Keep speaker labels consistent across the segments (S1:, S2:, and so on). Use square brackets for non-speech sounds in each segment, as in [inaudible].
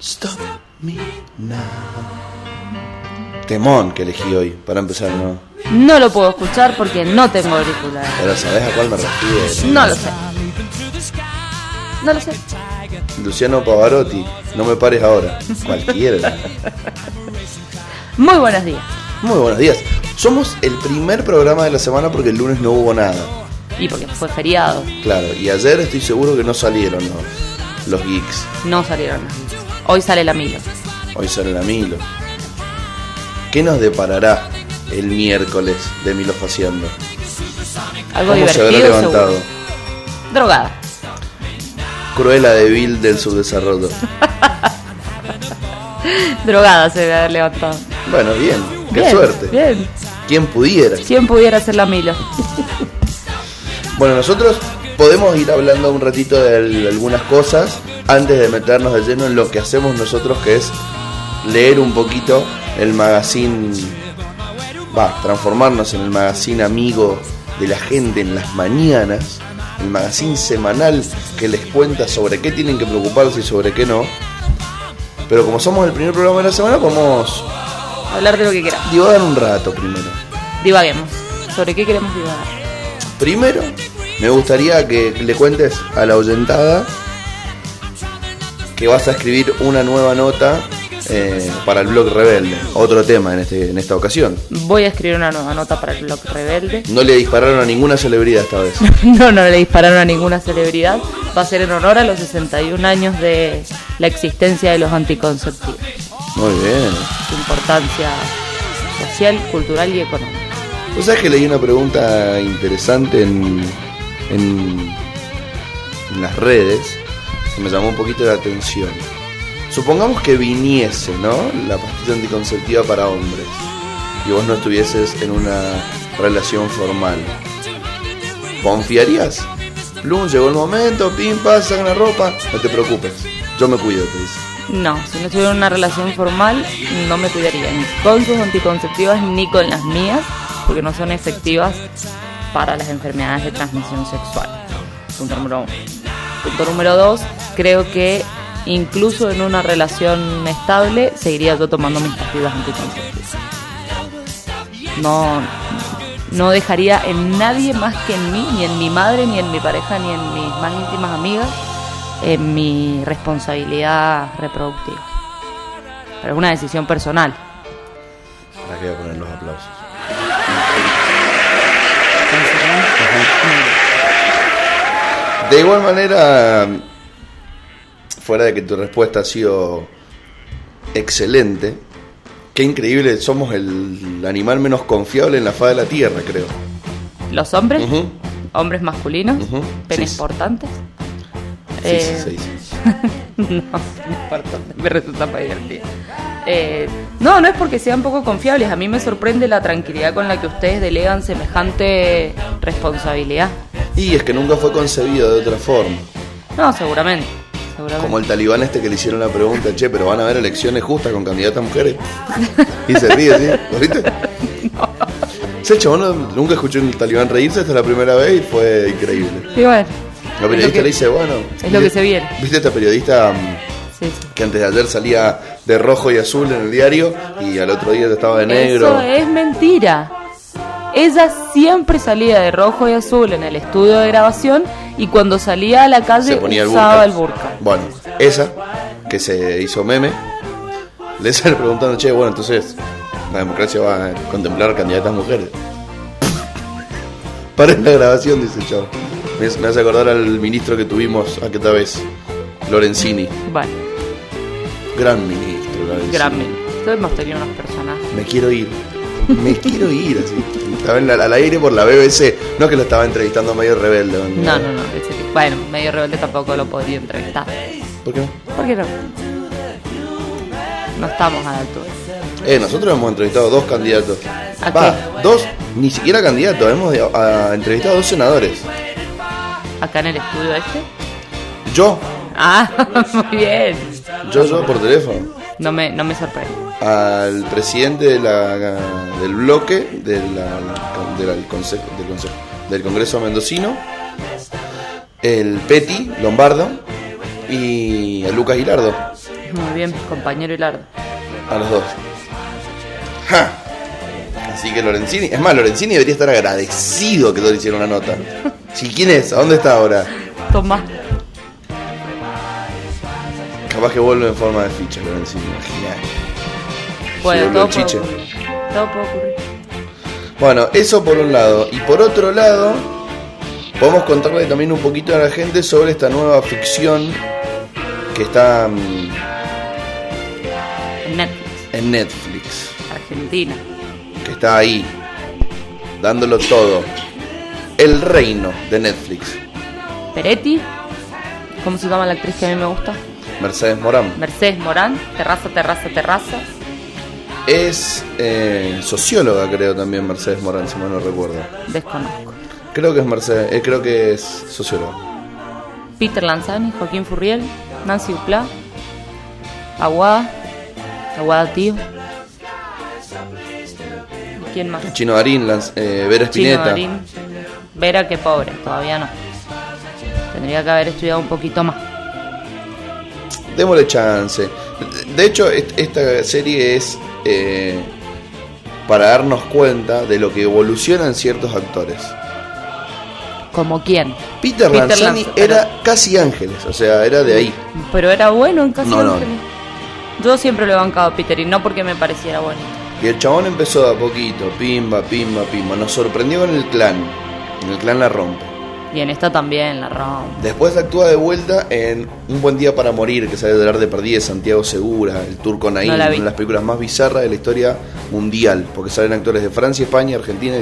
S1: Stop me now. Temón que elegí hoy, para empezar, ¿no?
S2: No lo puedo escuchar porque no tengo auriculares.
S1: Pero ¿sabés a cuál me refiero?
S2: No lo sé. No lo sé.
S1: Luciano Pavarotti, no me pares ahora. Cualquiera.
S2: Muy buenos días.
S1: Muy buenos días. Somos el primer programa de la semana porque el lunes no hubo nada.
S2: Y porque fue feriado,
S1: Claro, y ayer estoy seguro que no salieron los, los geeks.
S2: no salieron. Hoy sale la Milo.
S1: Hoy sale la Milo. ¿Qué nos deparará el miércoles de Milo Faciando?
S2: Algo
S1: ¿Cómo se habrá
S2: divertido,
S1: levantado?
S2: seguro. Drogada.
S1: Cruela de Bill del subdesarrollo.
S2: Drogada se debe haber levantado.
S1: Bueno, bien, qué
S2: Bien,
S1: suerte.
S2: Bien.
S1: ¿Quién pudiera?
S2: ¿Quién pudiera ser la Milo?
S1: Bueno, nosotros podemos ir hablando un ratito de al- algunas cosas antes de meternos de lleno en lo que hacemos nosotros, que es leer un poquito el magazine, va, transformarnos en el magazine amigo de la gente en las mañanas, el magazine semanal que les cuenta sobre qué tienen que preocuparse y sobre qué no. Pero como somos el primer programa de la semana, podemos
S2: Hablar de lo que queramos.
S1: divagar un rato primero.
S2: Divaguemos. ¿Sobre qué queremos divagar?
S1: Primero, me gustaría que le cuentes a la oyentada que vas a escribir una nueva nota eh, para el blog Rebelde. Otro tema en, este, en esta ocasión.
S2: Voy a escribir una nueva nota para el blog rebelde.
S1: No le dispararon a ninguna celebridad esta vez.
S2: [laughs] No, no le dispararon a ninguna celebridad. Va a ser en honor a los 61 años de la existencia de los anticonceptivos.
S1: Muy bien.
S2: Su importancia social, cultural y económica.
S1: ¿Vos sabés que leí una pregunta interesante en, en- en las redes? Que me llamó un poquito la atención. Supongamos que viniese, ¿no? La pastilla anticonceptiva para hombres. Y vos no estuvieses en una relación formal. ¿Confiarías? Plum, llegó el momento, pim, pam, saca la ropa. No te preocupes, yo me cuido, te dice.
S2: No, si no estuviera en una relación formal, no me cuidaría ni con sus anticonceptivas ni con las mías, porque no son efectivas para las enfermedades de transmisión sexual. Punto número uno. Punto número dos, creo que incluso en una relación estable seguiría yo tomando mis pastillas anticonceptivas. No, no dejaría en nadie más que en mí, ni en mi madre, ni en mi pareja, ni en mis más íntimas amigas, en mi responsabilidad reproductiva. Pero es una decisión personal.
S1: Ahora que voy a poner los aplausos. De igual manera, fuera de que tu respuesta ha sido excelente, qué increíble, somos el animal menos confiable en la faz de la Tierra, creo.
S2: Los hombres,
S1: Ujú.
S2: hombres masculinos,
S1: Ujú,
S2: penes
S1: sí.
S2: portantes.
S1: Sí,
S2: Eh,
S1: sí, sí, sí.
S2: No, no importa, me resulta para divertir. Eh, no, no es porque sean poco confiables. A mí me sorprende la tranquilidad con la que ustedes delegan semejante responsabilidad.
S1: Y es que nunca fue concebido de otra forma.
S2: No, seguramente. seguramente.
S1: Como el talibán este que le hicieron la pregunta, che, pero van a haber elecciones justas con candidatas mujeres. Y se ríe, ¿sí? ¿Lo viste? Ese chabón no- nunca escuché un talibán reírse, esta es la primera vez y fue increíble.
S2: Sí, bueno.
S1: La
S2: Es lo
S1: periodista
S2: que-
S1: le dice, bueno...
S2: es lo que se viene.
S1: ¿Viste esta periodista mm,
S2: sí, sí.
S1: que antes de ayer salía de rojo y azul en el diario y al otro día ya estaba de negro?
S2: Eso es mentira. Ella siempre salía de rojo y azul en el estudio de grabación y cuando salía a la calle
S1: se ponía el burka.
S2: Ah, usaba el burka.
S1: Bueno, esa, que se hizo meme, [laughs] le sale preguntando, che, bueno, entonces, la democracia va a contemplar candidatas mujeres. [laughs] Paren la grabación, dice el chavo. Me, me hace acordar al ministro que tuvimos aquella vez, Lorenzini.
S2: Bueno,
S1: Gran ministro, Lorenzini.
S2: gran Entonces hemos tenido unos personajes.
S1: Me quiero ir. Me quiero ir, así. Estaba en la- al aire por la BBC. No que lo estaba entrevistando medio rebelde.
S2: No, no, no. ese tipo- Bueno, medio rebelde tampoco lo podría entrevistar.
S1: ¿Por qué no?
S2: ¿Por qué no? No estamos a la altura.
S1: Eh, nosotros hemos entrevistado dos candidatos.
S2: ¿A
S1: Va, dos, ni siquiera candidatos, hemos eh, ah, entrevistado a dos senadores.
S2: Acá en el estudio este.
S1: Yo,
S2: Ah, [laughs] muy bien.
S1: yo, yo por teléfono,
S2: No me, no me sorprende.
S1: al presidente de la- del bloque de la- de la- del, consejo, del, consejo, del Congreso Mendocino, el Peti Lombardo y a Lucas Gilardo.
S2: Muy bien, compañero Hilardo.
S1: A los dos. Ja. Así que Lorenzini, es más, Lorenzini debería estar agradecido que no le hicieron la nota. Si quién es, ¿a dónde está ahora?
S2: Tomás.
S1: Capaz que vuelve en forma de ficha, Lorenzini, imagínate.
S2: Bueno,
S1: volvió
S2: todo
S1: el chiche.
S2: puede, todo puede ocurrir.
S1: Bueno, eso por un lado. Y por otro lado, podemos contarle también un poquito a la gente sobre esta nueva ficción que está mm,
S2: En Netflix,
S1: en Netflix.
S2: Argentina.
S1: que está ahí, dándolo todo. El reino de Netflix.
S2: Peretti. ¿Cómo se llama la actriz que a mí me gusta?
S1: Mercedes Morán.
S2: Mercedes Morán. Terraza, terraza, terraza.
S1: Es eh, socióloga, creo también, Mercedes Morán, si mal no recuerdo.
S2: Desconozco.
S1: Creo que es Mercedes, eh, creo que es socióloga.
S2: Peter Lanzani, Joaquín Furriel, Nancy Duplá, Aguada, Aguada Tío. ¿Y ¿Quién más?
S1: Chino Darín, Lanz- eh, Vera
S2: Chino
S1: Espineta.
S2: Darín. Vera, qué pobre, todavía no. Tendría que haber estudiado un poquito más.
S1: Démosle chance. De- De hecho, est- esta serie es eh, para darnos cuenta de lo que evolucionan ciertos actores.
S2: ¿Como quién?
S1: Peter, Lanzani
S2: Lanza-
S1: era casi ángeles, o sea, era de ahí.
S2: Pero, pero era bueno en Casi
S1: No, no.
S2: Ángeles. Yo siempre lo he bancado a Peter y no porque me pareciera bueno.
S1: Y el chabón empezó de a poquito, pimba, pimba, pimba. Nos sorprendió en el clan. En el clan la rompe.
S2: Y en esta también, la rompe.
S1: Después actúa de vuelta en Un buen día para morir, que sale de Lar de Perdida, Santiago Segura, el turco Naín,
S2: No la
S1: una
S2: vi.
S1: de las películas más bizarras de la historia mundial, porque salen actores de Francia, España, Argentina,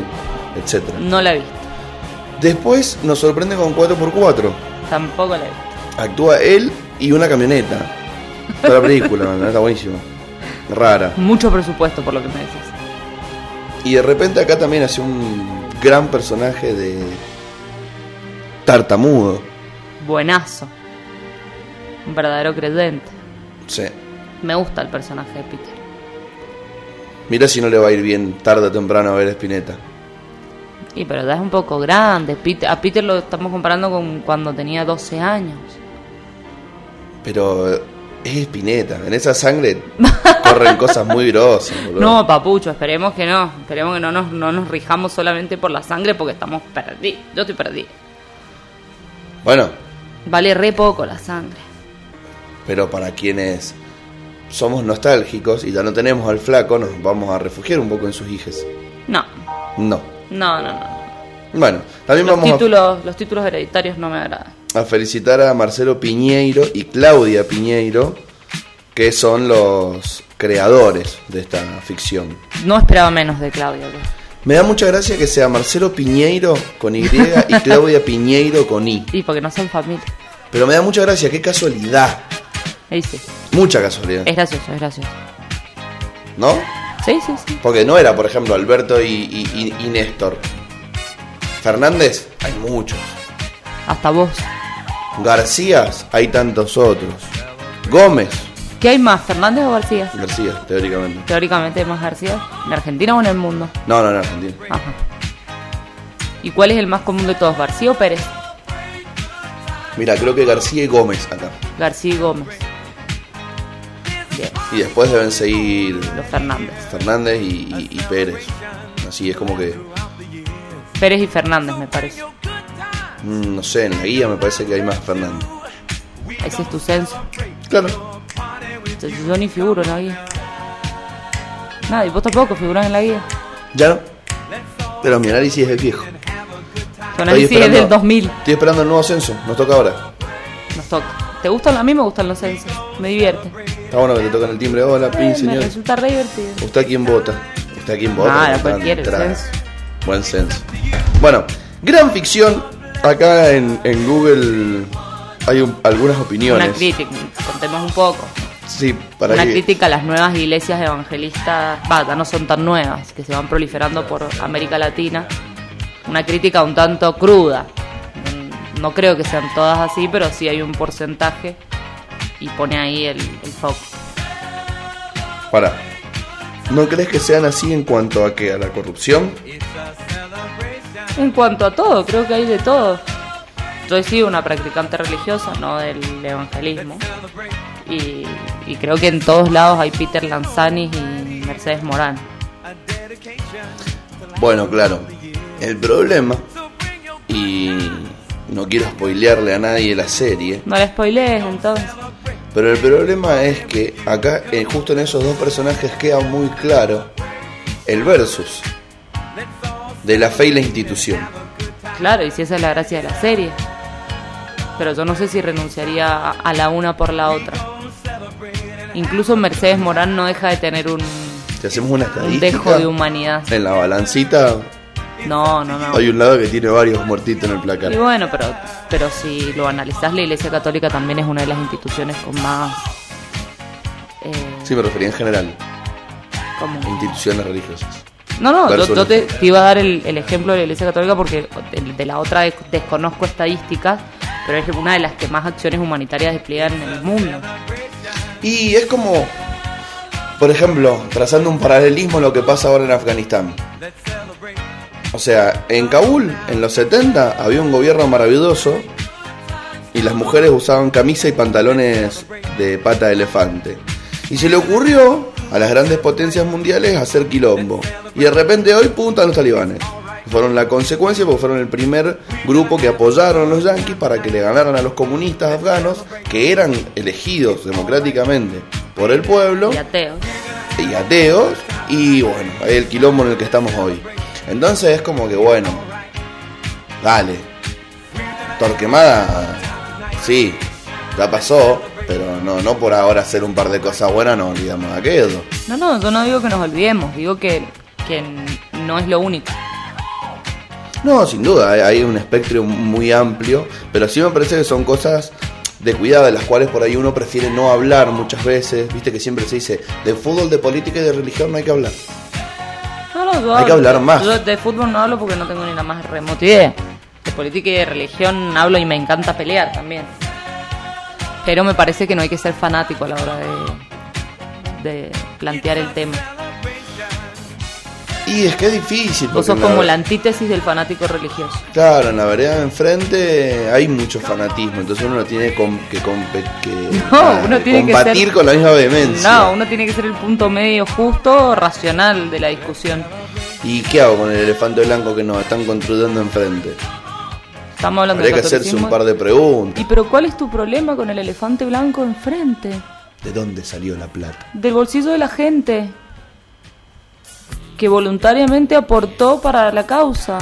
S1: etc.
S2: No la vi.
S1: Después nos sorprende con 4x4.
S2: Tampoco la vi.
S1: Actúa él y una camioneta. Toda la película, ¿no? está buenísima. Rara.
S2: Mucho presupuesto por lo que me decís.
S1: Y de repente acá también hace un gran personaje de tartamudo.
S2: Buenazo. Un verdadero creyente.
S1: Sí.
S2: Me gusta el personaje de Peter.
S1: Mira si no le va a ir bien tarde o temprano a ver Espineta.
S2: Y pero ya es un poco grande. Peter- a Peter lo estamos comparando con cuando tenía 12 años.
S1: Pero eh, es Espineta. En esa sangre
S2: [laughs]
S1: corren cosas muy grosas, boludo.
S2: No, papucho, esperemos que no. Esperemos que no nos, no nos rijamos solamente por la sangre porque estamos perdidos. Yo estoy perdida.
S1: Bueno,
S2: Vale re poco la sangre.
S1: pero para quienes somos nostálgicos y ya no tenemos al flaco, nos vamos a refugiar un poco en sus hijas.
S2: No,
S1: No.
S2: no, no, no.
S1: Bueno, también
S2: Los
S1: vamos a
S2: títulos, los títulos hereditarios no me agradan.
S1: a felicitar a Marcelo Piñeiro y Claudia Piñeiro, que son los creadores de esta ficción.
S2: No esperaba menos de Claudia. pues. yo.
S1: Me da mucha gracia que sea Marcelo Piñeiro con Y
S2: [laughs]
S1: y Claudia Piñeiro con I.
S2: Y porque no son familia.
S1: Pero me da mucha gracia, qué casualidad.
S2: Ahí sí.
S1: Mucha casualidad,
S2: Es gracioso, es gracioso.
S1: ¿no?
S2: Sí, sí, sí.
S1: Porque no era, por ejemplo, Alberto y, y- y- y Néstor. Fernández, hay muchos.
S2: Hasta vos.
S1: García, hay tantos otros. Gómez,
S2: ¿Qué hay más, Fernández o García?
S1: García, teóricamente.
S2: Teóricamente hay más García. ¿En Argentina o en el mundo?
S1: No, no, no, Argentina.
S2: Ajá. ¿Y cuál es el más común de todos? ¿García o Pérez?
S1: Mira, creo que García y Gómez acá.
S2: García y Gómez. Bien,
S1: Y después deben seguir
S2: los Fernández.
S1: Fernández y, y- y Pérez. Así es como que,
S2: Pérez y Fernández, me parece.
S1: mm, no sé, en la guía me parece que hay más Fernández.
S2: Ese es tu censo.
S1: Claro.
S2: Yo, yo ni figuro en la guía. Nadie, vos tampoco figurás en la guía.
S1: Ya no. Pero mi análisis es viejo.
S2: Tu análisis es del 2000.
S1: Estoy esperando el nuevo censo. Nos toca ahora.
S2: Nos toca. ¿Te gustan? A mí me gustan los censos. Me divierte.
S1: Está bueno que te tocan el timbre. Hola,
S2: Eh,
S1: pin,
S2: me
S1: señor.
S2: resulta re divertido.
S1: ¿Usted a quién vota? ¿Usted a quién vota?
S2: Nada,
S1: Está en
S2: cualquiera, el
S1: entrada.
S2: censo.
S1: Buen censo. Bueno, gran ficción. Acá en, en Google hay un- algunas opiniones.
S2: Una crítica, contemos un poco.
S1: Sí, para
S2: Una
S1: que-
S2: crítica a las nuevas iglesias evangelistas, vaya, no son tan nuevas, que se van proliferando por América Latina. Una crítica un tanto cruda. Mm, No creo que sean todas así, pero sí hay un porcentaje y pone ahí el, el foco.
S1: Para. ¿No crees que sean así en cuanto a que a la corrupción?
S2: En cuanto a todo, creo que hay de todo. Yo he sido una practicante religiosa, no del evangelismo. Y y creo que en todos lados hay Peter Lanzani y Mercedes Morán.
S1: Bueno, claro. El problema, y no quiero spoilearle a nadie la serie,
S2: No la spoilees entonces.
S1: pero el problema es que acá, eh, justo en esos dos personajes, queda muy claro el versus de la fe y la institución.
S2: Claro, y si esa es la gracia de la serie. Pero yo no sé si renunciaría a- a la una por la otra. Incluso Mercedes Morán no deja de tener un,
S1: Si hacemos una
S2: un
S1: estadística,
S2: dejo de humanidad.
S1: en la balancita
S2: No, no, no.
S1: hay un lado que tiene varios muertitos en el
S2: Y
S1: placar.
S2: bueno, pero, pero si lo analizás, la Iglesia Católica también es una de las instituciones con más... eh,
S1: Sí, me refería en general,
S2: como-
S1: a instituciones religiosas.
S2: No, no, yo,
S1: Versus
S2: yo te, te iba a dar el, el ejemplo de la Iglesia Católica porque de, de la otra des- desconozco estadísticas, pero es una de las que más acciones humanitarias despliegan en el mundo.
S1: Y es como, por ejemplo, trazando un paralelismo lo que pasa ahora en Afganistán. O sea, en Kabul, en los 70, había un gobierno maravilloso y las mujeres usaban camisa y pantalones de pata de elefante. Y se le ocurrió a las grandes potencias mundiales hacer quilombo. Y de repente hoy puntan los talibanes. Fueron la consecuencia porque fueron el primer grupo que apoyaron los yanquis para que le ganaran a los comunistas afganos que eran elegidos democráticamente por el pueblo
S2: Y ateos.
S1: y ateos y bueno, el quilombo en el que estamos hoy. Entonces es como que bueno, dale. Torquemada, sí, ya pasó, pero no, no por ahora hacer un par de cosas buenas nos olvidamos de aquello.
S2: No, no, yo no digo que nos olvidemos, digo que, que n- no es lo único.
S1: No, sin duda, hay, hay un espectro muy amplio, pero sí me parece que son cosas de cuidado, de las cuales por ahí uno prefiere no hablar muchas veces, viste que siempre se dice, de fútbol, de política y de religión no hay que hablar.
S2: No, no, yo
S1: Hay que
S2: hablo-
S1: hablar más.
S2: Yo de fútbol no hablo porque no tengo ni la más remota idea. De política y de religión hablo y me encanta pelear también. Pero me parece que no hay que ser fanático a la hora de, de plantear el tema.
S1: Y es que es difícil.
S2: Vos sos
S1: porque
S2: como
S1: la-
S2: la antítesis del fanático religioso.
S1: Claro, en la vereda de enfrente hay mucho fanatismo, entonces uno tiene com- que, compe- que
S2: [laughs] No, uno tiene que
S1: combatir
S2: ser-
S1: con la misma vehemencia.
S2: No, uno tiene que ser el punto medio justo, racional de la discusión.
S1: ¿Y qué hago con el elefante blanco que nos están construyendo enfrente?
S2: Estamos hablando
S1: Habría que
S2: de
S1: hacerse
S2: catolicismo.
S1: un par de preguntas.
S2: ¿Y pero cuál es tu problema con el elefante blanco enfrente?
S1: ¿De dónde salió la plata?
S2: Del bolsillo de la gente que voluntariamente aportó para la causa.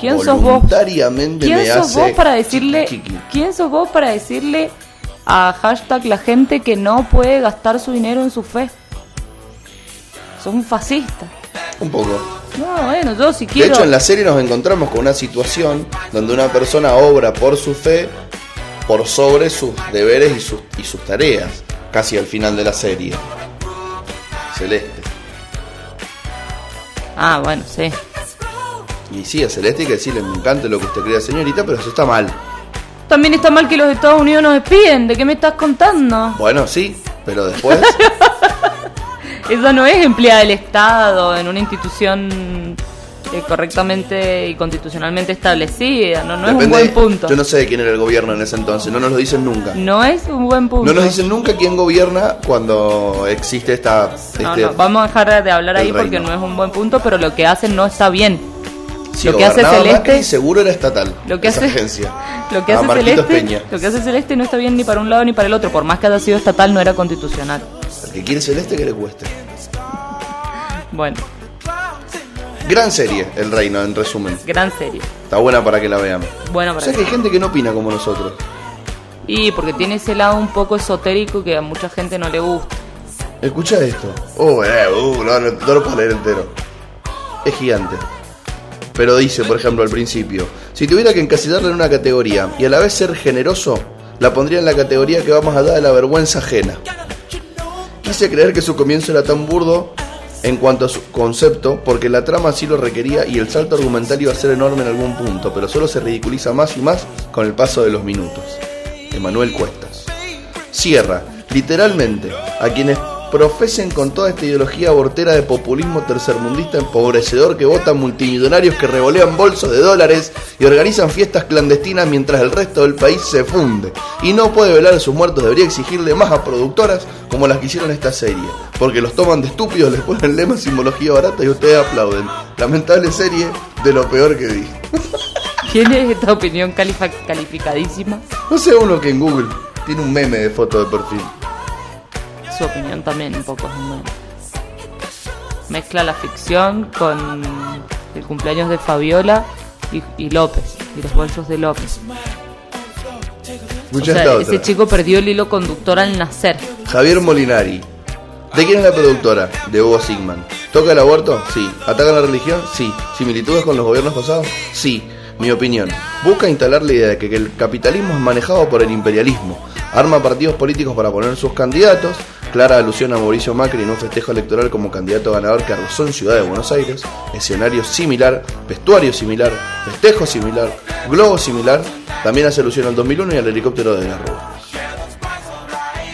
S2: ¿Quién sos vos?
S1: Voluntariamente
S2: ¿Quién
S1: me
S2: sos
S1: hace
S2: vos para decirle?
S1: chiqui, chiqui.
S2: ¿Quién sos vos para decirle a hashtag la gente que no puede gastar su dinero en su fe? Sos un fascista.
S1: Un poco.
S2: No, bueno, yo si
S1: De
S2: quiero.
S1: hecho, en la serie nos encontramos con una situación donde una persona obra por su fe por sobre sus deberes y sus, y sus tareas, casi al final de la serie. Celeste.
S2: Ah, bueno, sí.
S1: Y sí, a Celeste hay que decirle, me encanta lo que usted crea, señorita, pero eso está mal.
S2: También está mal que los Estados Unidos nos espíen. ¿De qué me estás contando?
S1: Bueno, sí, pero
S2: [laughs]
S1: después...
S2: Ella no es empleada del Estado en una institución eh, correctamente y constitucionalmente establecida. No, no es un
S1: depende-
S2: buen punto.
S1: Yo
S2: no...
S1: no sé de quién era el gobierno en ese entonces, no nos lo dicen nunca.
S2: es un buen punto.
S1: No nos dicen nunca quién gobierna cuando existe esta... Este,
S2: No, no, vamos a dejar de hablar
S1: el
S2: ahí porque
S1: reino.
S2: no es un buen punto, pero lo que hacen no está bien.
S1: si
S2: lo que hace
S1: gobernaba
S2: Celeste-
S1: Macri, seguro era estatal.
S2: Lo que
S1: esa
S2: hace-
S1: agencia.
S2: Lo que
S1: A
S2: hace
S1: Ah, Marquitos
S2: Celeste,
S1: Peña.
S2: lo que hace Celeste no está bien ni para un lado ni para el otro, por más que haya sido estatal no era constitucional.
S1: El que quiere Celeste que le cueste.
S2: Bueno,
S1: Gran serie, El Reino, en resumen.
S2: gran serie.
S1: Está buena para que la vean.
S2: Bueno,
S1: O
S2: para
S1: sea que
S2: que-
S1: hay gente que no opina como nosotros.
S2: Y porque tiene ese lado un poco esotérico que a mucha gente no le gusta. [laughs]
S1: Escucha esto. Uh, eh, uh, no, no- no lo puedo leer entero. Es gigante. Pero dice, por ejemplo, al principio, si tuviera que encasillarla en una categoría y a la vez ser generoso, la pondría en la categoría que va más allá de la vergüenza ajena. Quise creer que su comienzo era tan burdo en cuanto a su concepto, porque la trama sí lo requería y el salto argumental iba a ser enorme en algún punto, pero solo se ridiculiza más y más con el paso de los minutos. Emanuel Cuestas. Cierra, literalmente, a quienes profesen con toda esta ideología abortera de populismo tercermundista empobrecedor que votan multimillonarios que revolean bolsos de dólares y organizan fiestas clandestinas mientras el resto del país se funde. Y no puede velar a sus muertos, debería exigirle más a productoras como las que hicieron esta serie. Porque los toman de estúpidos, les ponen lema, simbología barata y ustedes aplauden. Lamentable serie de lo peor que vi.
S2: Tiene esta opinión califa- calificadísima.
S1: No sé uno que en Google tiene un meme de foto de perfil.
S2: Su opinión también un poco es un meme. Mezcla la ficción con el cumpleaños de Fabiola y, y López. Y los bolsos de López. O
S1: Escucha
S2: sea,
S1: esta otra.
S2: ese chico perdió el hilo conductor al nacer.
S1: Javier Molinari. ¿De quién es la productora? De Hugo Sigman. ¿Toca el aborto? Sí. ¿Ataca la religión? Sí. ¿Similitudes con los gobiernos pasados? Sí. Mi opinión. Busca instalar la idea de que el capitalismo es manejado por el imperialismo. Arma partidos políticos para poner sus candidatos. Clara alusión a Mauricio Macri en un festejo electoral como candidato ganador que arrasó en Ciudad de Buenos Aires. Escenario similar, vestuario similar, festejo similar, globo similar. También hace alusión al 2001 y al helicóptero de la Rúa.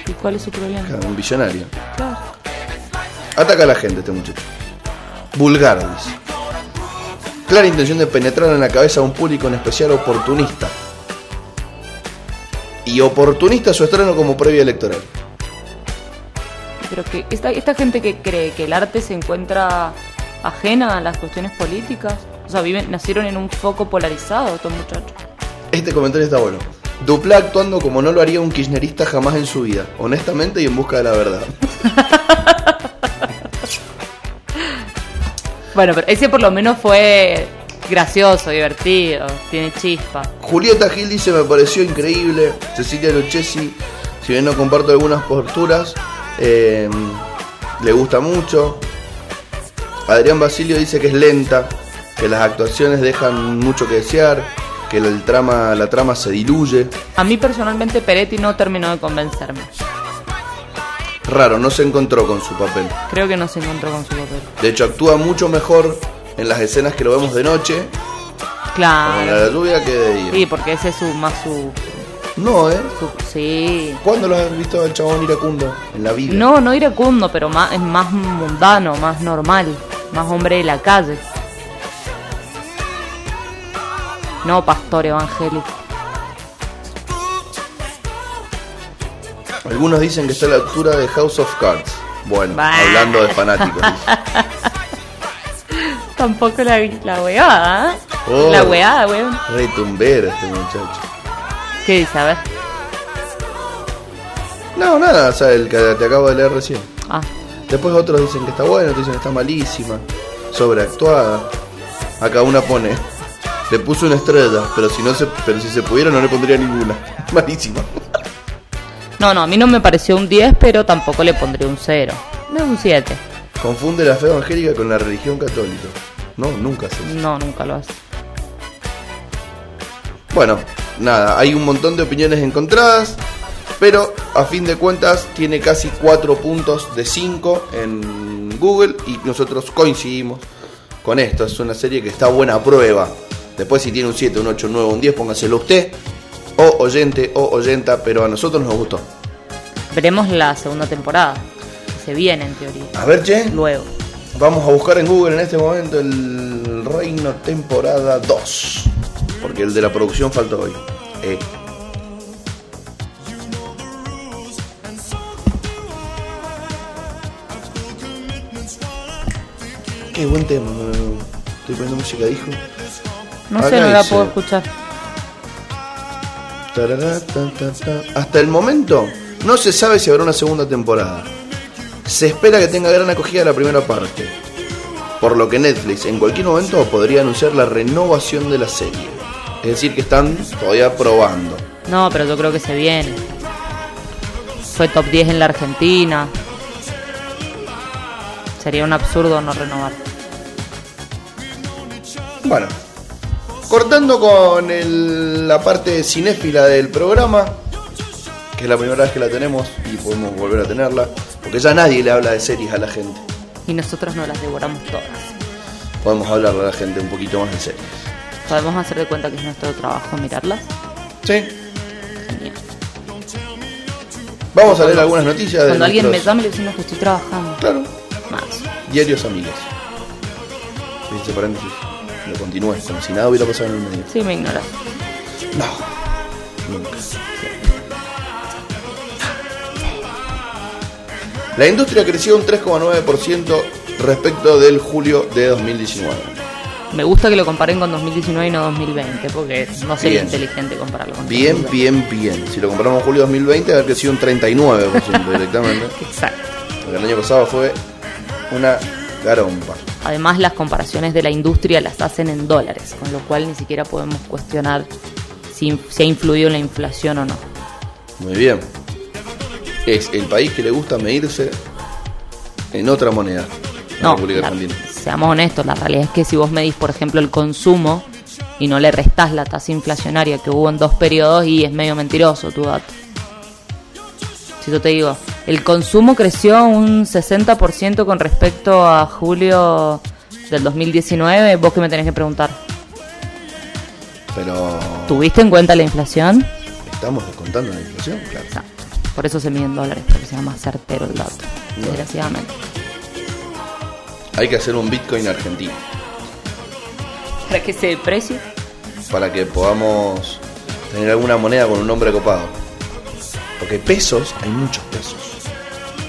S2: ¿Y cuál es su problema?
S1: Un billonario.
S2: Claro.
S1: Ataca a la gente este muchacho. Vulgar, dice. Clara intención de penetrar en la cabeza a un público en especial oportunista. Y oportunista su estreno como previa electoral.
S2: Pero que esta, esta gente que cree que el arte se encuentra ajena a las cuestiones políticas, o sea, viven, nacieron en un foco polarizado estos muchachos.
S1: Este comentario está bueno. Dupla actuando como no lo haría un kirchnerista jamás en su vida, honestamente y en busca de la verdad.
S2: Bueno, pero ese por lo menos fue gracioso, divertido, tiene chispa.
S1: Julieta Gil dice me pareció increíble. Cecilia Lucchesi, si bien no comparto algunas posturas, eh, le gusta mucho. Adrián Basilio dice que es lenta, que las actuaciones dejan mucho que desear, que el trama, la trama se diluye.
S2: A mí personalmente Peretti no terminó de convencerme.
S1: Raro, no se encontró con su papel.
S2: Creo que no se encontró con su papel.
S1: De hecho, actúa mucho mejor en las escenas que lo vemos de noche, como en la,
S2: Claro.
S1: lluvia, que de día.
S2: Sí, porque ese es su más su,
S1: No, ¿eh?
S2: su- sí.
S1: ¿Cuándo lo has visto al chabón iracundo? En la vida.
S2: No, no iracundo, pero más, es más mundano, más normal, más hombre de la calle. No pastor evangélico.
S1: Algunos dicen que está a la altura de House of Cards. Bueno,
S2: Bah.
S1: hablando de fanáticos. dice.
S2: Tampoco la, la weada, ¿eh?
S1: Oh.
S2: La weada, weón.
S1: Retumbera este muchacho.
S2: ¿Qué dice? A ver.
S1: No, nada, o sea, el que te acabo de leer recién.
S2: Ah,
S1: Después otros dicen que está bueno, otros dicen que está malísima, sobreactuada. Acá una pone, le puso una estrella, pero si no se, pero si se pudiera no le pondría ninguna. [laughs] Malísima.
S2: No, no, a mí no me pareció un 10, pero tampoco le pondría un 0. No es un 7.
S1: Confunde la fe evangélica con la religión católica. No, nunca se.
S2: No, nunca lo hace.
S1: Bueno, nada, hay un montón de opiniones encontradas, pero a fin de cuentas tiene casi 4 puntos de 5 en Google y nosotros coincidimos con esto. Es una serie que está buena a prueba. Después si tiene un 7, un 8, un 9, un 10, póngaselo usted. O oyente o oyenta, pero a nosotros nos gustó.
S2: Veremos la segunda temporada. que Se viene, en teoría.
S1: A ver, Che,
S2: Luego.
S1: vamos a buscar en Google en este momento el Reino temporada 2. Porque el de la producción faltó hoy. Eh. Qué buen tema. eh. Estoy poniendo música, dijo.
S2: No
S1: Acá
S2: sé, no la
S1: dice-
S2: puedo escuchar.
S1: Tarará, ta, ta, ta. Hasta el momento no se sabe si habrá una segunda temporada. Se espera que tenga gran acogida la primera parte. Por lo que Netflix en cualquier momento podría anunciar la renovación de la serie. Es decir, que están todavía probando.
S2: No, pero yo creo que se viene. Fue top 10 en la Argentina. Sería un absurdo no renovar.
S1: Bueno, cortando con el- la parte cinéfila del programa, que es la primera vez que la tenemos y podemos volver a tenerla, porque ya nadie le habla de series a la gente.
S2: Y nosotros no las devoramos todas.
S1: Podemos hablarle a la gente un poquito más en series.
S2: Podemos hacer de cuenta que es nuestro trabajo mirarlas.
S1: Sí,
S2: Genial.
S1: Vamos a leer algunas noticias de
S2: Cuando alguien me
S1: nuestros-
S2: llama, le decimos que estoy trabajando.
S1: Claro,
S2: Más.
S1: diarios amigos. Dice paréntesis. Lo continúes, como si nada hubiera pasado en el medio.
S2: Sí, me ignora.
S1: No, nunca. La industria creció un 3,9% respecto del julio de 2019.
S2: Me gusta que lo comparen con 2019 y no 2020, porque no sería
S1: Bien.
S2: inteligente compararlo con
S1: Bien,
S2: 2020.
S1: bien, bien. Si lo comparamos con julio de 2020, haber crecido un 39% directamente.
S2: Exacto.
S1: Porque el año pasado fue una garompa.
S2: Además, las comparaciones de la industria las hacen en dólares, con lo cual ni siquiera podemos cuestionar si, si ha influido en la inflación o no.
S1: Muy bien. Es el país que le gusta medirse en otra moneda. La
S2: No,
S1: República
S2: la-
S1: Argentina.
S2: seamos honestos, la realidad es que si vos medís, por ejemplo, el consumo y no le restás la tasa inflacionaria que hubo en dos periodos y es medio mentiroso tu dato. Si yo te digo, el consumo creció un 60% con respecto a julio del 2019, vos que me tenés que preguntar,
S1: Pero
S2: ¿tuviste en cuenta la inflación?
S1: estamos descontando la inflación, claro.
S2: Exacto. Por eso se miden dólares, porque sea más certero el dato,
S1: Bueno.
S2: desgraciadamente.
S1: Hay que hacer un Bitcoin argentino
S2: Para que se deprecie,
S1: para que podamos tener alguna moneda con un nombre copado. Porque pesos, hay muchos pesos.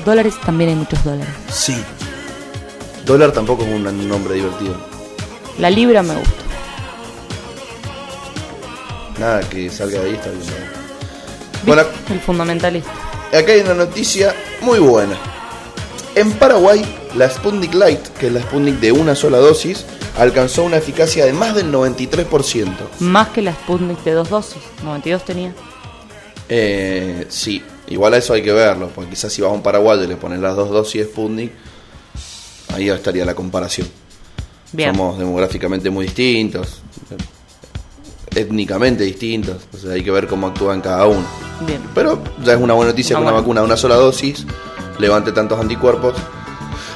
S2: dólares también hay muchos dólares.
S1: Sí. Dólar tampoco es un nombre divertido.
S2: La libra me gusta.
S1: Nada que salga de ahí está bien. Bueno,
S2: El fundamentalista.
S1: Acá hay una noticia muy buena. En Paraguay, la Sputnik Light, que es la Sputnik de una sola dosis, alcanzó una eficacia de más del 93%.
S2: Más que la Sputnik de dos dosis. 92 tenía.
S1: Eh, sí, igual a eso hay que verlo, porque quizás si vas a un paraguayo y le pones las dos dosis de Sputnik, ahí estaría la comparación.
S2: Bien.
S1: Somos demográficamente muy distintos, eh, étnicamente distintos, entonces hay que ver cómo actúan cada uno.
S2: Bien.
S1: Pero ya es una buena noticia
S2: Ah,
S1: que una
S2: bueno.
S1: vacuna de una sola dosis levante tantos anticuerpos.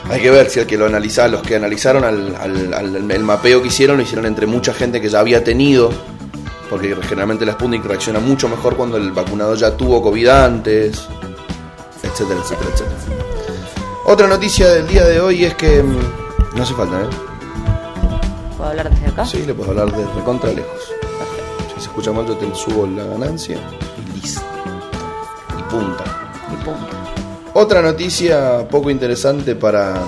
S1: Hay que ver si el que lo analiza, los que analizaron al, al- al- el mapeo que hicieron, lo hicieron entre mucha gente que ya había tenido, porque generalmente la Sputnik reacciona mucho mejor cuando el vacunado ya tuvo COVID antes, etcétera, etcétera, etcétera. Otra noticia del día de hoy es que. mm, No hace falta, ¿eh?
S2: ¿Puedo hablar desde acá?
S1: Sí, le puedo hablar de recontra lejos. Si se escucha mal, yo te subo la ganancia y listo. Y punta.
S2: Y punto.
S1: Otra noticia poco interesante para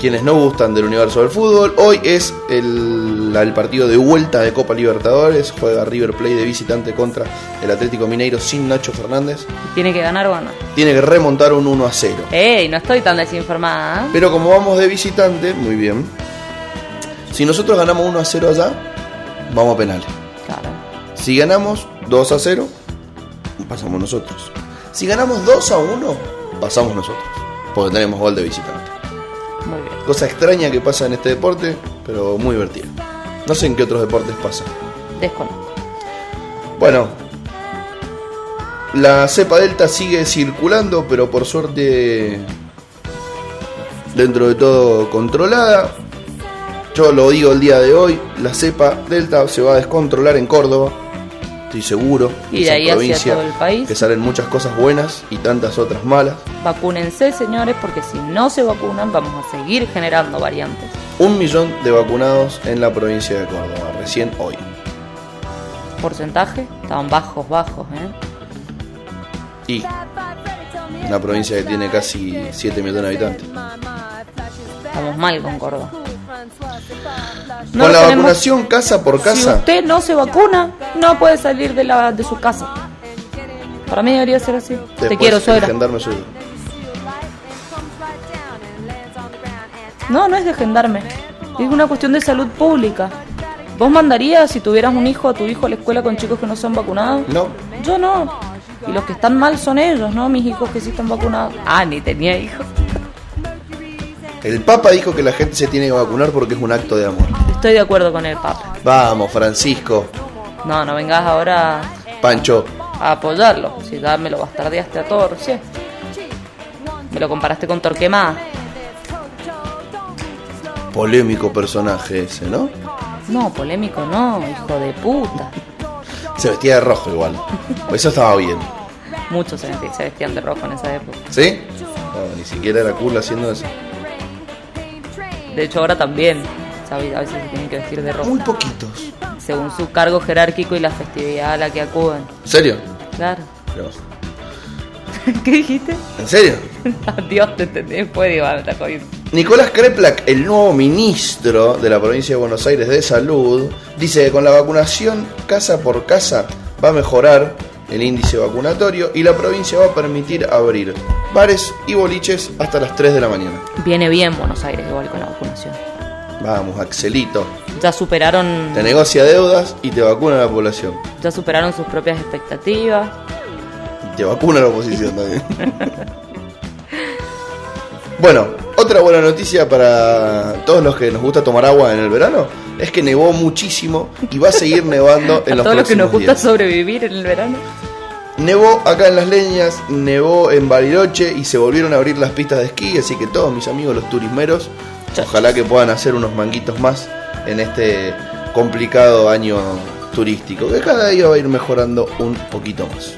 S1: quienes no gustan del universo del fútbol. Hoy es el, el partido de vuelta de Copa Libertadores. Juega River Plate de visitante contra el Atlético Mineiro sin Nacho Fernández.
S2: ¿Tiene que ganar o no?
S1: Tiene que remontar un 1 a 0.
S2: ¡Ey! No estoy tan desinformada. ¿eh?
S1: Pero como vamos de visitante, muy bien. Si nosotros ganamos 1 a 0 allá, vamos a penales.
S2: Claro.
S1: Si ganamos 2 a 0, pasamos nosotros. Si ganamos 2 a 1, pasamos nosotros. Porque tenemos gol de visitante.
S2: Muy bien.
S1: Cosa extraña que pasa en este deporte, pero muy divertida. No sé en qué otros deportes pasa.
S2: Desconozco.
S1: Bueno, la cepa delta sigue circulando, pero por suerte dentro de todo controlada. Yo lo digo el día de hoy, la cepa delta se va a descontrolar en Córdoba, estoy seguro.
S2: Y de
S1: esa
S2: ahí hacia
S1: provincia
S2: todo el país.
S1: Que salen muchas cosas buenas y tantas otras malas.
S2: Vacúnense, señores, porque si no se vacunan, vamos a seguir generando variantes.
S1: Un millón de vacunados en la provincia de Córdoba, recién hoy.
S2: Porcentaje, estaban bajos, bajos, ¿eh?
S1: Y una provincia que tiene casi 7 millones de habitantes.
S3: Estamos mal con Córdoba.
S2: No
S1: Con la
S2: tenemos-
S1: vacunación casa por
S2: Si
S1: casa,
S2: usted no se vacuna, no puede salir de, la, de su casa. Para mí debería ser así. Te
S1: después
S2: quiero,
S1: el
S2: suegra.
S1: gendarme soy yo.
S2: No, no es de gendarme. Es una cuestión de salud pública. ¿Vos mandarías si tuvieras un hijo a tu hijo a la escuela con chicos que no son vacunados?
S1: No,
S2: Yo no. Y los que están mal son ellos, ¿no? Mis hijos que sí están vacunados. Ah, ni tenía hijos.
S1: el Papa dijo que la gente se tiene que vacunar porque es un acto de amor.
S2: Estoy de acuerdo con el Papa.
S1: Vamos, Francisco,
S2: No, no vengas ahora
S1: Pancho,
S2: a apoyarlo. Si ya me lo bastardeaste a todo recién. Me lo comparaste con Torquemada.
S1: polémico personaje ese, ¿no?
S2: No, polémico no, hijo de puta.
S1: Se vestía de rojo igual. Eso estaba bien.
S2: Muchos se vesti- se vestían de rojo en esa época.
S1: ¿Sí? No, ni siquiera era cool haciendo eso.
S2: De hecho, ahora también. ¿sabes? A veces se tienen que vestir de rojo.
S1: Muy poquitos.
S2: Según su cargo jerárquico y la festividad a la que acuden.
S1: ¿En serio?
S2: Claro. [laughs]
S1: No.
S2: ¿Qué dijiste? [laughs]
S1: ¿En serio?
S2: Dios, te entendí después, digo, ah, me está jodiendo.
S1: Nicolás Kreplak, el nuevo ministro de la provincia de Buenos Aires de Salud, dice que con la vacunación casa por casa va a mejorar el índice vacunatorio y la provincia va a permitir abrir bares y boliches hasta las 3 de la mañana.
S2: Viene bien Buenos Aires igual con la vacunación.
S1: Vamos, Axelito.
S2: Ya superaron,
S1: Te negocia deudas y te vacuna la población.
S2: ya superaron sus propias expectativas.
S1: Y te vacuna la oposición
S2: [laughs]
S1: también. bueno, otra buena noticia para todos los que nos gusta tomar agua en el verano es que nevó muchísimo y va a seguir nevando en
S2: a
S1: los
S2: todos los que
S1: próximos
S2: nos gusta
S1: días.
S2: sobrevivir en el verano.
S1: Nevó acá en Las Leñas, nevó en Bariloche y se volvieron a abrir las pistas de esquí, así que todos mis amigos los turismeros,
S2: Chachos.
S1: ojalá que puedan hacer unos manguitos más en este complicado año turístico, que cada día va a ir mejorando un poquito más.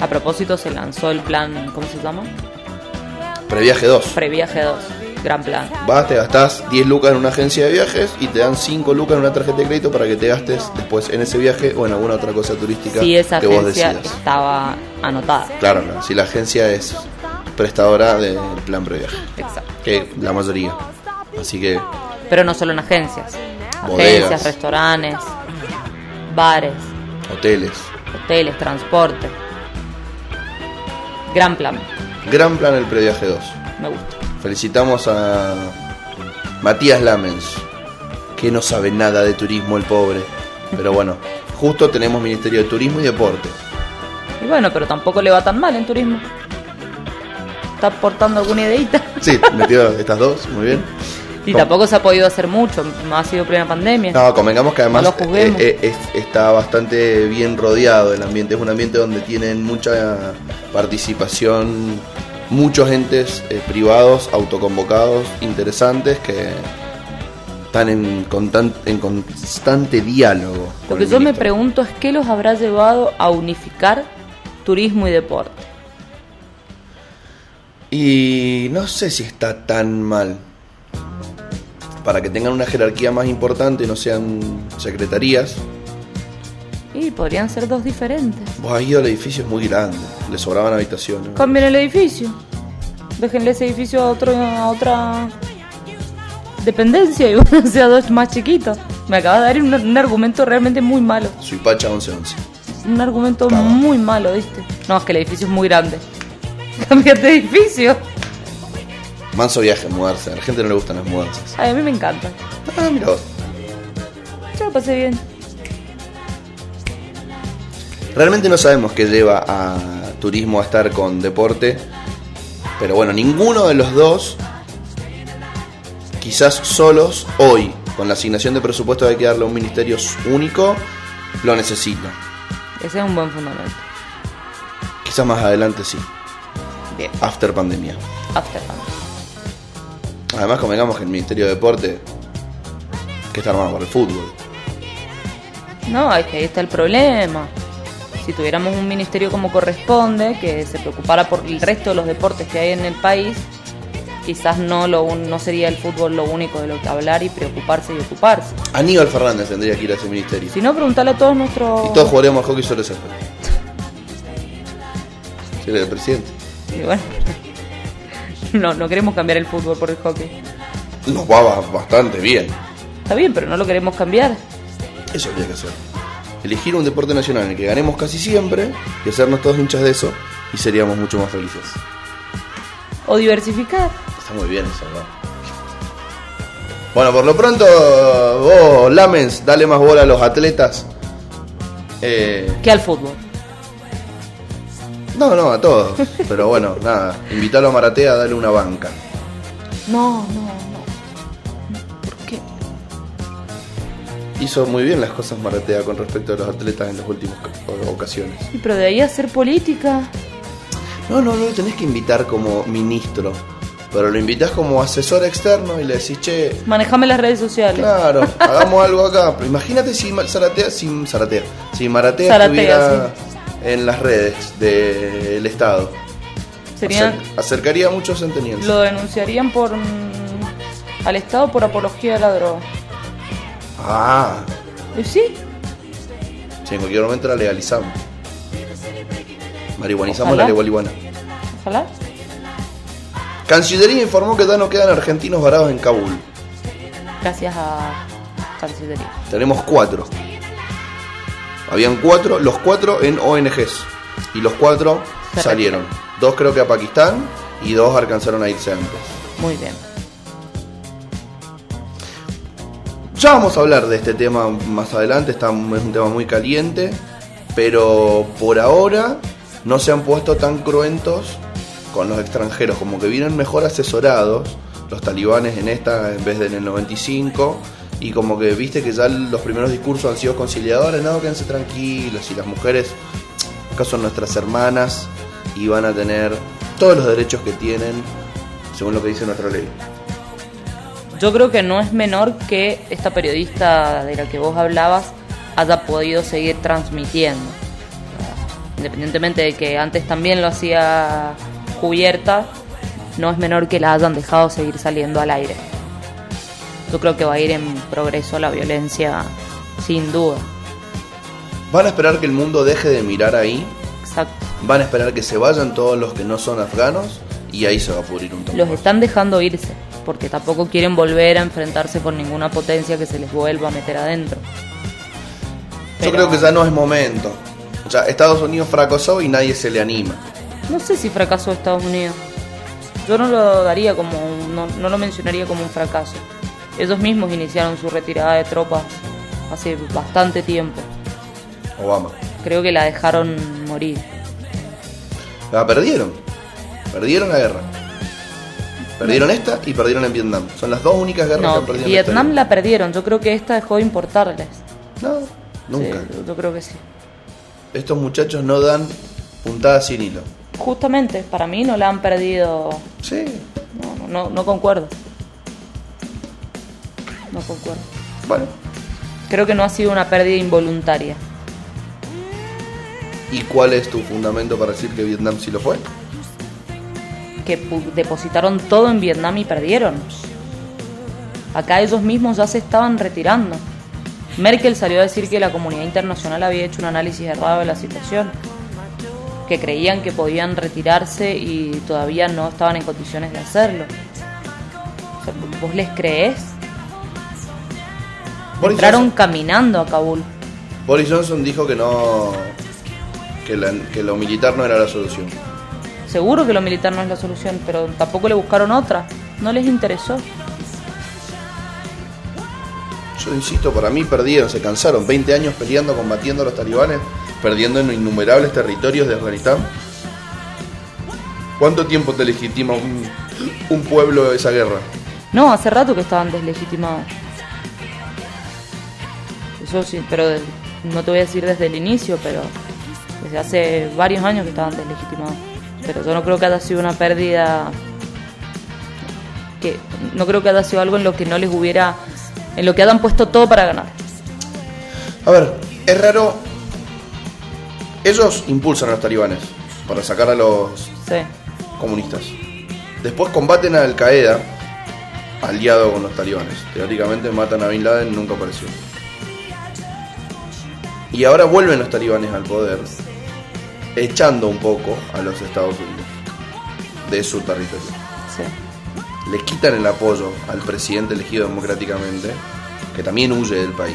S2: A propósito, se lanzó el plan, ¿cómo se llama?
S1: Previaje 2.
S2: Previaje 2. Gran plan.
S1: Vas, te gastás 10 lucas en una agencia de viajes y te dan 5 lucas en una tarjeta de crédito para que te gastes después en ese viaje o en alguna otra cosa turística
S2: Si esa
S1: que vos
S2: agencia
S1: decidas.
S2: estaba anotada.
S1: Claro, no, si la agencia es prestadora del plan previaje,
S2: Exacto.
S1: que la mayoría. Así que
S2: Pero no solo en agencias.
S1: Bodegas.
S2: Agencias, restaurantes, bares,
S1: hoteles.
S2: hoteles, transporte. Gran plan.
S1: Gran plan el previaje 2.
S2: Me gusta.
S1: Felicitamos a Matías Lamens, que no sabe nada de turismo el pobre. Pero bueno, justo tenemos Ministerio de Turismo y Deporte.
S2: Y bueno, pero tampoco le va tan mal en turismo. Está aportando alguna ideita.
S1: Sí, metió estas dos, muy bien.
S2: Y
S1: Com-
S2: tampoco se ha podido hacer mucho. No ha sido plena pandemia.
S1: No, convengamos que además
S2: No lo juzguemos.
S1: eh, eh, es- está bastante bien rodeado el ambiente. Es un ambiente donde tienen mucha participación, muchos entes eh, privados, autoconvocados, interesantes, que están en, constan- en constante diálogo.
S2: Lo
S1: con
S2: que
S1: el
S2: yo me
S1: ministro.
S2: pregunto es qué los habrá llevado a unificar turismo y deporte.
S1: Y no sé si está tan mal. Para que tengan una jerarquía más importante, no sean secretarías.
S2: Y podrían ser dos diferentes.
S1: Vos has ido al edificio, es muy grande. Le sobraban habitaciones.
S2: Cambien el edificio. Déjenle ese edificio a, otro, a otra dependencia [laughs] y uno sea dos más chiquitos. Me acaba de dar un, un argumento realmente muy malo.
S1: Suipacha 1111.
S2: Un argumento
S1: Claro.
S2: muy malo, ¿viste? No, es que el edificio es muy grande. [laughs] Cambiate de edificio.
S1: Manso viaje, mudarse. A la gente no le gustan las mudanzas.
S2: Ay, a mí me encanta.
S1: Ah, mira vos.
S2: Yo lo pasé bien.
S1: Realmente no sabemos qué lleva a turismo a estar con deporte. Pero bueno, ninguno de los dos, quizás solos, hoy, con la asignación de presupuesto hay que darle a un ministerio único, lo necesita.
S2: Ese es un buen fundamento.
S1: Quizás más adelante sí,
S2: Bien.
S1: after pandemia.
S2: After Fun.
S1: Además, convengamos que el Ministerio de Deporte, que está armado para el fútbol,
S2: No, es que ahí está el problema. Si tuviéramos un ministerio como corresponde, que se preocupara por el resto de los deportes que hay en el país, quizás no, lo, un- no sería el fútbol lo único de lo que hablar y preocuparse y ocuparse.
S1: Aníbal Fernández tendría que ir a ese ministerio.
S2: Si no, preguntarle a todos nuestros...
S1: Y todos jugaríamos al hockey sobre césped. Sí, era el presidente.
S2: Y bueno. [laughs] No, no queremos cambiar el fútbol por el hockey.
S1: Nos va ba- bastante bien.
S2: Está bien, pero no lo queremos cambiar.
S1: Eso habría que hacer. Elegir un deporte nacional en el que ganemos casi siempre y hacernos todos hinchas de eso y seríamos mucho más felices.
S2: O diversificar.
S1: Está muy bien eso, ¿verdad? Bueno, por lo pronto, vos, Lamens, dale más bola a los atletas. Eh,
S2: Que al fútbol.
S1: no, no, a todos. Pero bueno, nada. Invítalo a Maratea a darle una banca.
S2: No, no, no. ¿Por qué?
S1: Hizo muy bien las cosas Maratea con respecto a los atletas en las últimas oc- ocasiones.
S2: Y Pero de ahí a hacer política.
S1: No, no, no lo tenés que invitar como ministro, pero lo invitás como asesor externo y le decís, che,
S2: Manejame las redes
S1: [laughs]
S2: sociales.
S1: claro, hagamos algo acá. Pero imagínate si Mar- Zaratea, si Zaratea, si Maratea
S2: Zaratea,
S1: estuviera en las redes del Estado.
S2: Serían,
S1: Acer- acercaría a muchos entendientes.
S2: lo denunciarían por mm, al Estado por apología de la droga.
S1: Ah,
S2: Y sí,
S1: si en cualquier momento la legalizamos. Marihuanizamos
S2: Ojalá.
S1: la legalihuana.
S2: ojalá.
S1: Cancillería informó que ya no quedan argentinos varados en Kabul.
S2: Gracias a Cancillería.
S1: Tenemos cuatro. Habían cuatro, los cuatro en ONGs. Y los cuatro
S2: Se
S1: salieron. Dos creo que a Pakistán y dos alcanzaron a irse antes.
S2: Muy bien.
S1: Ya vamos a hablar de este tema más adelante, está, es un tema muy caliente, pero por ahora no se han puesto tan cruentos con los extranjeros, como que vienen mejor asesorados los talibanes en esta en vez de en el 95, y como que viste que ya los primeros discursos han sido conciliadores, no, quédense tranquilos, y las mujeres, acá son nuestras hermanas, y van a tener todos los derechos que tienen, según lo que dice nuestra ley.
S2: Yo creo que no es menor que esta periodista de la que vos hablabas haya podido seguir transmitiendo. Independientemente de que antes también lo hacía cubierta, no es menor que la hayan dejado seguir saliendo al aire. Yo creo que va a ir en progreso la violencia, sin duda.
S1: Van a esperar que el mundo deje de mirar ahí
S2: Exacto.
S1: Van a esperar que se vayan todos los que no son afganos y ahí se va a pudrir un
S2: Los
S1: tambor.
S2: están dejando irse, porque tampoco quieren volver a enfrentarse con ninguna potencia que se les vuelva a meter adentro.
S1: Yo
S2: Pero-
S1: creo que ya no es momento. O sea, Estados Unidos fracasó y nadie se le anima.
S2: No sé si fracasó Estados Unidos. Yo no lo daría como, un- no, no lo mencionaría como un fracaso. Ellos mismos iniciaron su retirada de tropas hace bastante tiempo.
S1: Obama.
S2: Creo que la dejaron morir.
S1: La Ah, perdieron. Perdieron la guerra. Perdieron esta y perdieron en Vietnam. Son las dos únicas guerras que
S2: No,
S1: han perdido. en
S2: Vietnam
S1: la
S2: la perdieron. Yo creo que esta dejó de importarles.
S1: historia. No, nunca.
S2: Sí, yo creo que sí.
S1: Estos muchachos no dan puntadas sin hilo.
S2: Justamente, para mí no la han perdido.
S1: Sí.
S2: No, no, no, no concuerdo. No concuerdo.
S1: Bueno.
S2: Creo que no ha sido una pérdida involuntaria.
S1: ¿Y cuál es tu fundamento para decir que Vietnam sí lo fue?
S2: que pu- depositaron todo en Vietnam y perdieron. Acá ellos mismos ya se estaban retirando. Merkel salió a decir que la comunidad internacional había hecho un análisis errado de la situación, que creían que podían retirarse y todavía no estaban en condiciones de hacerlo. O sea, ¿Vos les creés?
S1: Boris
S2: Entraron
S1: Johnson-
S2: caminando a Kabul.
S1: Boris Johnson dijo que no. que la- que lo militar no era la solución.
S2: Seguro que lo militar no es la solución, pero tampoco le buscaron otra. No les interesó.
S1: Yo insisto, para mí perdieron, se cansaron. 20 años peleando, combatiendo a los talibanes, perdiendo en innumerables territorios de Afganistán. ¿Cuánto tiempo te legitima un, un pueblo de esa guerra?
S2: No, hace rato que estaban deslegitimados. Eso sí, pero de- no te voy a decir desde el inicio, pero desde hace varios años que estaban deslegitimados. Pero yo no creo que haya sido una pérdida que no creo que haya sido algo en lo que no les hubiera en lo que hayan puesto todo para ganar.
S1: A ver, es raro. Ellos impulsan a los talibanes para sacar a los
S2: Sí.
S1: comunistas. Después combaten a Al Qaeda, aliado con los talibanes. Teóricamente matan a Bin Laden, nunca apareció. Y ahora vuelven los talibanes al poder, echando un poco a los Estados Unidos de su territorio.
S2: Sí.
S1: Le quitan el apoyo al presidente elegido democráticamente, que también huye del país.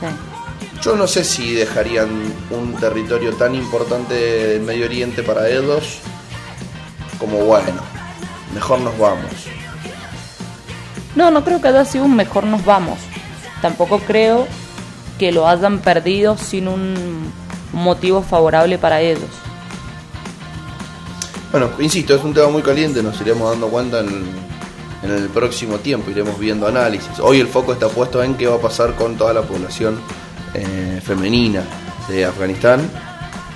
S2: Sí.
S1: Yo no sé si dejarían un territorio tan importante del Medio Oriente para ellos como bueno, mejor nos vamos.
S2: No, no creo que haya sido un mejor nos vamos. Tampoco creo que lo hayan perdido sin un motivo favorable para ellos.
S1: Bueno, insisto, es un tema muy caliente, nos iremos dando cuenta en, en el próximo tiempo, iremos viendo análisis. Hoy el foco está puesto en qué va a pasar con toda la población eh, femenina de Afganistán,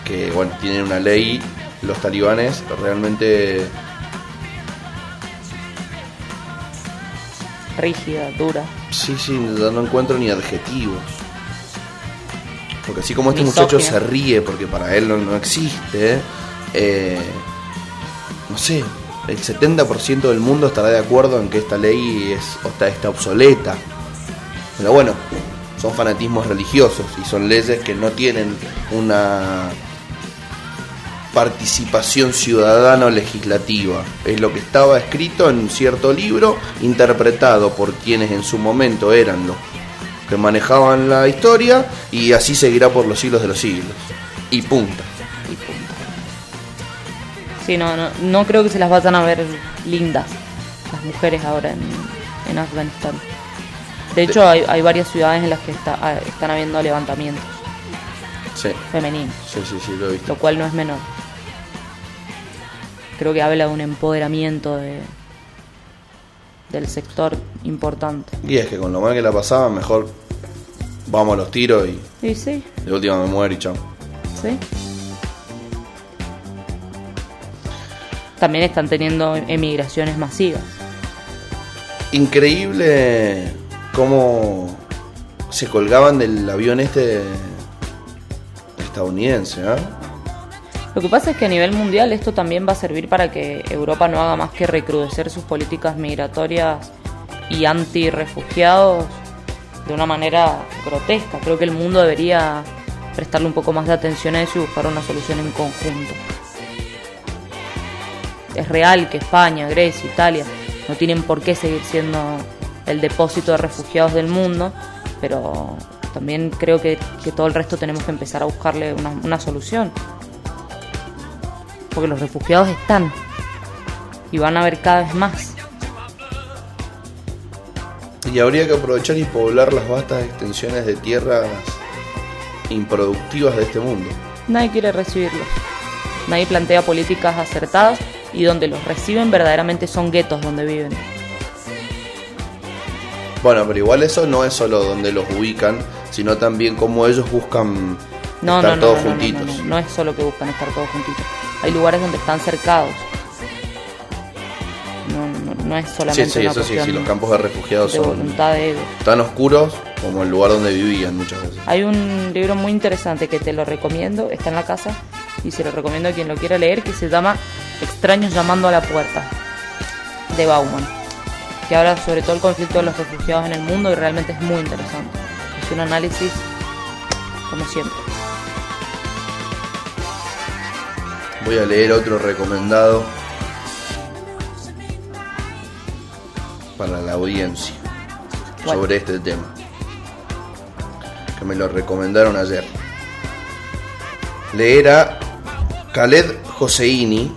S1: que bueno, tienen una ley, los talibanes realmente
S2: rígida, dura.
S1: Sí, sí, ya no encuentro ni adjetivos. Porque así como este
S2: Misoginia.
S1: muchacho se ríe porque para él no, no existe, eh, no sé, el 70% del mundo estará de acuerdo en que esta ley es, o está, está obsoleta. Pero bueno, son fanatismos religiosos y son leyes que no tienen una participación ciudadana o legislativa. Es lo que estaba escrito en cierto libro, interpretado por quienes en su momento eran los que manejaban la historia, y así seguirá por los siglos de los siglos. Y punta.
S2: Y punto. Sí, no, no, no creo que se las vayan a ver lindas las mujeres ahora en, en Afganistán. De hecho, hay, hay varias ciudades en las que está- ah, están habiendo levantamientos
S1: Sí,
S2: femeninos,
S1: sí, sí, sí, lo he visto.
S2: lo cual no es menor. Creo que habla de un empoderamiento de, del sector importante.
S1: Y es que con lo mal que la pasaba, mejor vamos a los tiros y
S2: Y sí,
S1: de última me muero y chao.
S2: sí. También están teniendo emigraciones masivas.
S1: Increíble cómo se colgaban del avión este estadounidense, ¿ah?
S2: Lo que pasa es que a nivel mundial esto también va a servir para que Europa no haga más que recrudecer sus políticas migratorias y anti-refugiados de una manera grotesca. Creo que el mundo debería prestarle un poco más de atención a eso y buscar una solución en conjunto. Es real que España, Grecia, Italia no tienen por qué seguir siendo el depósito de refugiados del mundo, pero también creo que, que todo el resto tenemos que empezar a buscarle una- una solución porque los refugiados están y van a haber cada vez más.
S1: Y habría que aprovechar y poblar las vastas extensiones de tierras improductivas de este mundo.
S2: Nadie quiere recibirlos. Nadie plantea políticas acertadas y donde los reciben verdaderamente son guetos donde viven.
S1: Bueno, pero igual eso no es solo donde los ubican, sino también cómo ellos buscan
S2: No,
S1: estar
S2: no, no,
S1: todos
S2: no, no, no,
S1: juntitos.
S2: no, no, no es solo que buscan estar todos juntitos. Hay lugares donde están cercados. No, no, no es solamente
S1: Sí, sí,
S2: una
S1: eso sí,
S2: cuestión
S1: sí, los campos de refugiados
S2: de
S1: son
S2: voluntad de ellos.
S1: tan oscuros como el lugar donde vivían muchas veces.
S2: Hay un libro muy interesante que te lo recomiendo, está en la casa y se lo recomiendo a quien lo quiera leer, que se llama Extraños llamando a la puerta, de Bauman, que habla sobre todo el conflicto de los refugiados en el mundo y realmente es muy interesante. Es un análisis, como siempre.
S1: Voy a leer otro recomendado para la audiencia
S2: ¿Cuál?
S1: sobre este tema. Que me lo recomendaron ayer. Leer a Khaled Joseini,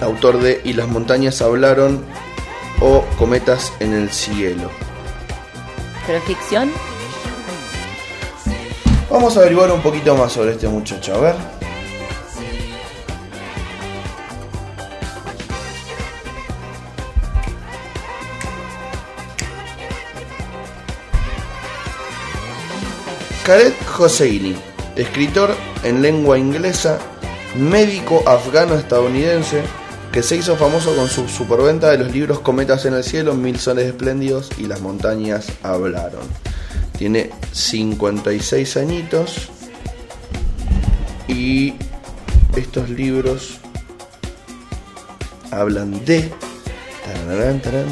S1: autor de Y las montañas hablaron o Cometas en el cielo.
S2: Pero es ficción,
S1: Vamos a averiguar un poquito más sobre este muchacho, a ver. Khaled Hosseini, escritor en lengua inglesa, médico afgano-estadounidense, que se hizo famoso con su superventa de los libros Cometas en el cielo, Mil soles espléndidos y Las montañas hablaron. Tiene 56 añitos y estos libros hablan de... tararán, tarán.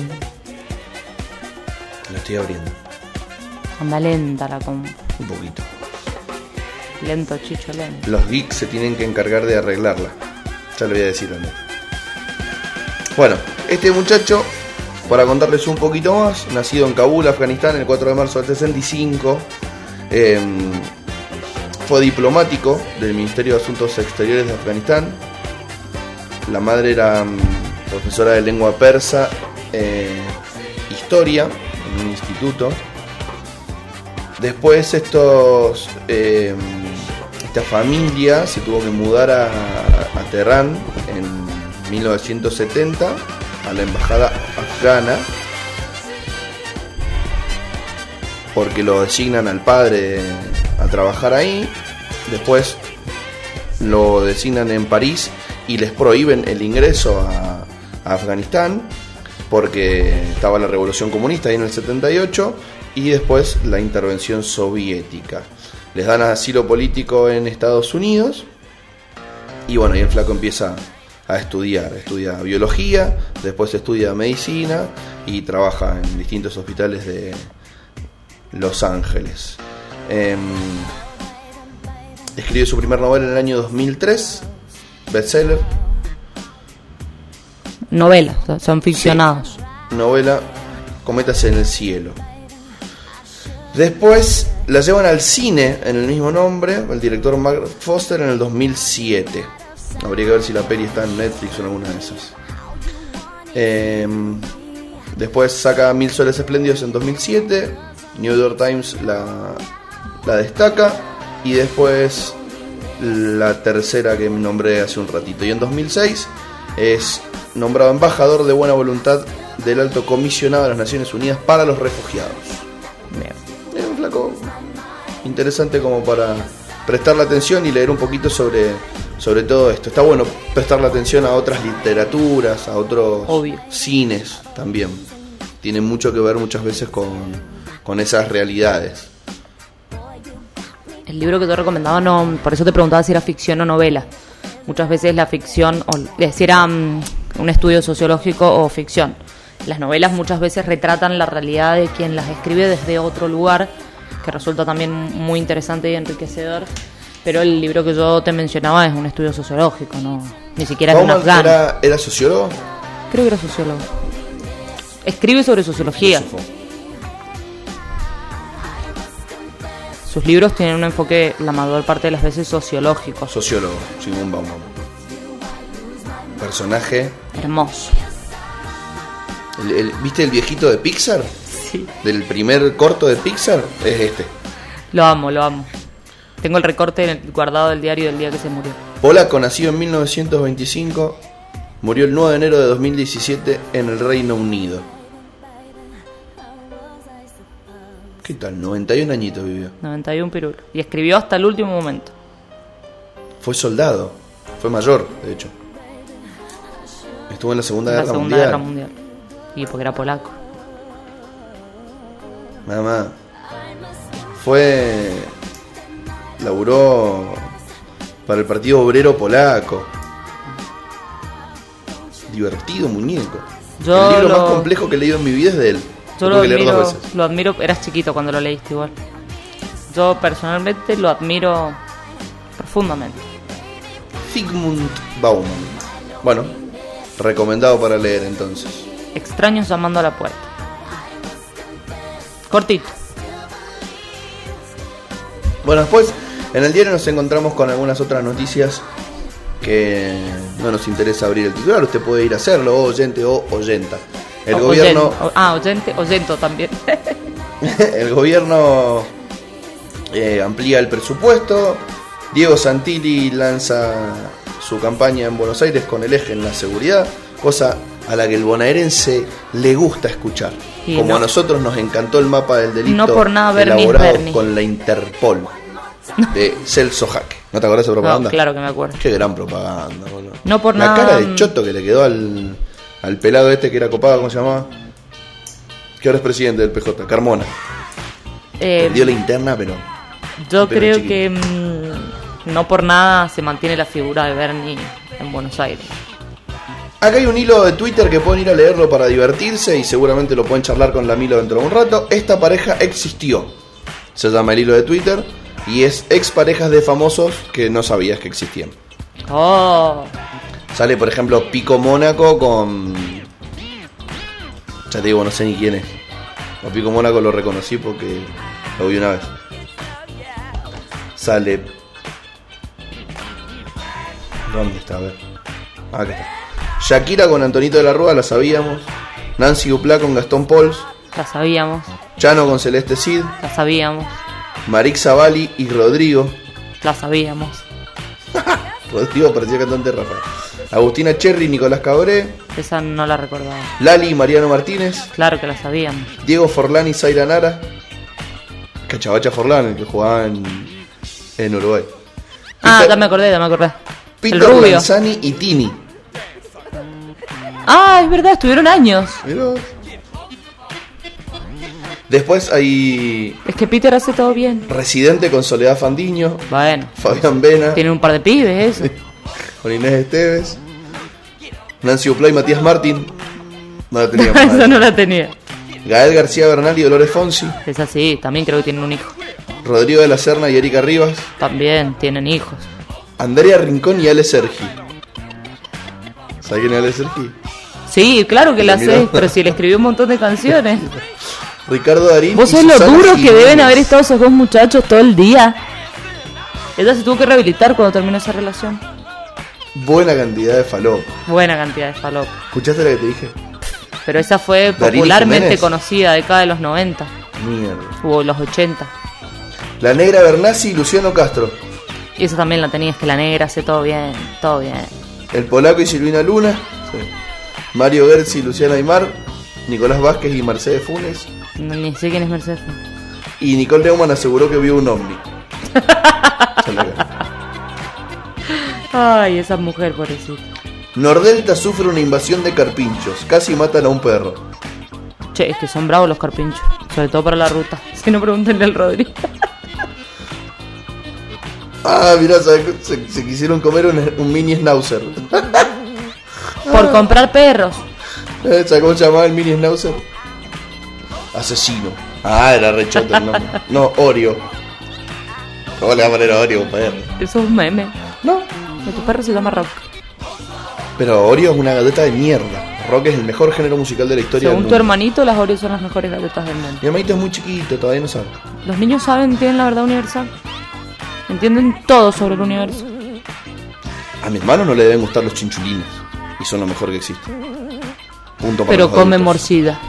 S1: Lo estoy abriendo,
S2: anda lenta la con
S1: un poquito.
S2: lento chicho lento.
S1: Los geeks se tienen que encargar de arreglarla. Ya lo voy a decir también. Bueno, este muchacho, para contarles un poquito más, nacido en Kabul, Afganistán, el 4 de marzo del 65. em, fue diplomático del Ministerio de Asuntos Exteriores de Afganistán. La madre era mm, profesora de lengua persa, eh, historia, en un instituto. Después estos, eh, esta familia se tuvo que mudar a, a Teherán en 1970 a la embajada afgana porque lo designan al padre a trabajar ahí. Después lo designan en París y les prohíben el ingreso a, a Afganistán. porque estaba la revolución comunista ahí en el 78 y después la intervención soviética. Les dan asilo político en Estados Unidos y bueno, y el flaco empieza a estudiar, estudia biología, después estudia medicina y trabaja en distintos hospitales de Los Ángeles. Em, escribe su primer novela en el año 2003, bestseller,
S2: Novelas, o sea, son ficcionados.
S1: novela Cometas en el Cielo. Después la llevan al cine en el mismo nombre, el director Mark Foster en el 2007. Habría que ver si la peli está en Netflix o en alguna de esas. Eh, después saca Mil Soles Espléndidos en 2007. New York Times la, la destaca. Y después la tercera que nombré hace un ratito. Y en 2006 es nombrado embajador de buena voluntad del alto comisionado de las Naciones Unidas para los refugiados.
S2: Bien.
S1: Es un flaco interesante como para prestarle atención y leer un poquito sobre, sobre todo esto. Está bueno prestarle atención a otras literaturas, a otros
S2: Obvio.
S1: cines también. Tiene mucho que ver muchas veces con, con esas realidades.
S2: El libro que te recomendaba, no, por eso te preguntaba si era ficción o novela. Muchas veces la ficción, o eh, si era mm, un estudio sociológico o ficción. Las novelas muchas veces retratan la realidad de quien las escribe desde otro lugar, que resulta también muy interesante y enriquecedor. Pero el libro que yo te mencionaba es un estudio sociológico, no, ni siquiera es un
S1: Bauman
S2: afgano.
S1: era, era sociólogo?
S2: Creo que era sociólogo. Escribe sobre sociología.
S1: Filósofo.
S2: Sus libros tienen un enfoque, la mayor parte de las veces, sociológico.
S1: Sociólogo, Simón Bauman. Personaje.
S2: Hermoso.
S1: el- el- ¿Viste el viejito de Pixar?
S2: Sí.
S1: Del primer corto de Pixar. Es este.
S2: Lo amo, lo amo. Tengo el recorte en el- guardado del diario del día que se murió.
S1: Polaco, nacido en 1925, murió el 9 de enero de 2017 en el Reino Unido. ¿Qué tal? 91 añitos vivió.
S2: 91 pirulo. Y escribió hasta el último momento.
S1: Fue soldado. Fue mayor, de hecho. Estuvo en la Segunda,
S2: en la
S1: Guerra,
S2: Segunda
S1: Mundial.
S2: Guerra Mundial. Y porque era polaco.
S1: Mamá. Fue. laburó para el Partido Obrero Polaco. Divertido muñeco.
S2: Yo
S1: el libro
S2: lo-
S1: más complejo que he leído en mi vida es de él. Lo
S2: Yo lo
S1: tuve que leer
S2: admiro,
S1: dos veces.
S2: lo admiro, eras chiquito cuando lo leíste igual. Yo personalmente lo admiro profundamente.
S1: Sigmund Bauman. Bueno, recomendado para leer entonces.
S2: Extraños llamando a la puerta. Cortito.
S1: Bueno, después en el diario nos encontramos con algunas otras noticias que no nos interesa abrir el titular. Usted puede ir a hacerlo, o oyente o oyenta. El
S2: O-
S1: gobierno.
S2: oyen- o- ah, oyente, oyento también.
S1: [laughs] El gobierno eh, amplía el presupuesto. Diego Santilli lanza su campaña en Buenos Aires con el eje en la seguridad, cosa a la que el bonaerense le gusta escuchar.
S2: Y
S1: Como
S2: no-
S1: a nosotros nos encantó el mapa del delito
S2: No por nada Bernie es
S1: elaborado
S2: Bernie.
S1: con la Interpol de Celso Jaque. ¿No te acordás de esa propaganda?
S2: [laughs] No, claro que me acuerdo.
S1: Qué gran propaganda, boludo.
S2: No por
S1: la
S2: nada,
S1: cara de
S2: mm.
S1: choto que le quedó al, al pelado este que era copado, ¿cómo se llamaba? Que ahora es presidente del PJ, Carmona.
S2: Eh,
S1: Perdió la interna, pero. Pero
S2: Yo creo
S1: chiquito.
S2: que mm, no por nada se mantiene la figura de Bernie en Buenos Aires.
S1: Acá hay un hilo de Twitter que pueden ir a leerlo para divertirse y seguramente lo pueden charlar con la Milo dentro de un rato. Esta pareja existió. Se llama el hilo de Twitter y es exparejas de famosos que no sabías que existían.
S2: Oh,
S1: Sale, por ejemplo, Pico Mónaco con. Ya te digo, no sé ni quién es. A Pico Mónaco lo reconocí porque lo vi una vez. Sale. ¿Dónde está? A ver. Ah, Acá está. Shakira con Antonito de la Rúa, la sabíamos. Nancy Duplá con Gastón Pols.
S2: la sabíamos,
S1: Chano con Celeste Cid.
S2: la sabíamos,
S1: Marix Zavali y Rodrigo.
S2: la sabíamos.
S1: Rodrigo parecía cantante de Rafael. Agustina Cherry, Nicolás Cabré.
S2: Esa no la recordaba.
S1: Lali y Mariano Martínez.
S2: Claro que la sabíamos.
S1: Diego Forlán y Zaira Nara. Cachabacha Forlán, el que jugaba en, en Uruguay.
S2: Ah,
S1: Peter-
S2: ya me acordé, ya me acordé.
S1: Peter
S2: el rubio.
S1: Lanzani y Tini.
S2: Ah, es verdad, estuvieron años.
S1: Mirá vos. Después hay
S2: Es que Peter hace todo bien.
S1: Residente con Soledad Fandiño,
S2: Bueno,
S1: Fabián Vena,
S2: tiene un par de pibes, [laughs] eso.
S1: con Inés Esteves, Nancy Uplay, Matías Martín. No la
S2: [laughs]
S1: teníamos.
S2: Eso no la tenía.
S1: Gael García Bernal y Dolores Fonsi,
S2: Es así, también creo que tienen un hijo.
S1: Rodrigo de la Serna y Erika Rivas,
S2: También tienen hijos.
S1: Andrea Rincón y Ale Sergi. ¿Sabes quién es Ale Sergi?
S2: Sí, claro que la
S1: Mira.
S2: sé, pero si le escribió un
S1: [laughs]
S2: montón de canciones.
S1: Ricardo Darín.
S2: Vos
S1: y
S2: sos lo
S1: Susana
S2: duros que
S1: Jiménez.
S2: deben haber estado esos dos muchachos todo el día. Ella se tuvo que rehabilitar cuando terminó esa relación.
S1: Buena cantidad de falopa.
S2: Buena cantidad de falop.
S1: ¿Escuchaste la que te dije?
S2: Pero esa fue
S1: Darín y
S2: popularmente
S1: Jiménez.
S2: conocida, década de los 90
S1: Mierda.
S2: o los 80.
S1: La Negra Bernasi y Luciano Castro.
S2: Y esa también la tenía, es que la negra hace todo bien, todo bien.
S1: El Polaco y Silvina Luna. Sí. Mario Gersi y Luciana Aymar. Nicolás Vázquez y Mercedes Funes.
S2: No, ni sé quién es Mercedes.
S1: Y Nicole Neumann aseguró que vio un
S2: [laughs]
S1: ovni. Se la gana.
S2: Ay, esa mujer, pobrecita.
S1: Nordelta sufre una invasión de carpinchos. Casi matan a un perro.
S2: Che, es que son bravos los carpinchos, sobre todo para la ruta. [laughs] Si no, pregúntenle al Rodrigo.
S1: Ah, mirá, se, se- se quisieron comer un, un mini schnauzer.
S2: Por comprar perros.
S1: Eh, ¿Sabes cómo se llamaba el mini schnauzer? Asesino. Ah, era rechoto el [laughs] nombre. No, Oreo. ¿Cómo le va a poner a Oreo un perro?
S2: Eso es un meme.
S1: No.
S2: Que tu perro se llama Rock.
S1: Pero Oreo es una galleta de mierda. Rock es el mejor género musical de la historia del
S2: Según tu
S1: mundo.
S2: hermanito, las Oreos son las mejores galletas del mundo.
S1: Mi hermanito es muy chiquito, todavía no sabe.
S2: Los niños saben, tienen la verdad universal. Entienden todo sobre el universo.
S1: A mi hermano no le deben gustar los chinchulines. Y son lo mejor que existe. Punto para
S2: Pero
S1: los
S2: comen
S1: adultos.
S2: morcida.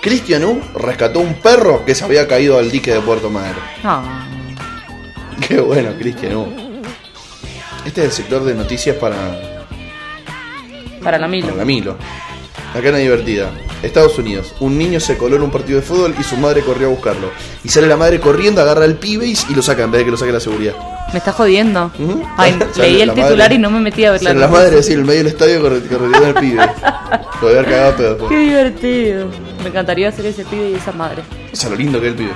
S1: Cristian U rescató un perro que se había caído al dique de Puerto Madero. [laughs]
S2: Ah,
S1: Qué bueno, Cristian U. Este es el sector de noticias para
S2: para la Milo.
S1: Con la Milo. Acá una divertida. Estados Unidos. Un niño se coló en un partido de fútbol y su madre corrió a buscarlo. Y sale la madre corriendo, agarra al pibe y, y lo saca en vez de que lo saque la seguridad.
S2: Me está jodiendo.
S1: Ujú.
S2: Ay,
S1: [laughs] Sale
S2: leí el
S1: la
S2: titular
S1: madre.
S2: y no me metí a ver la
S1: Sale la
S2: noticia.
S1: madre así en el medio del estadio corri- corriendo al pibe. Lo debe haber cagado a pedo después.
S2: Qué divertido. Me encantaría ser ese pibe y esa madre.
S1: O sea, lo lindo que es el pibe.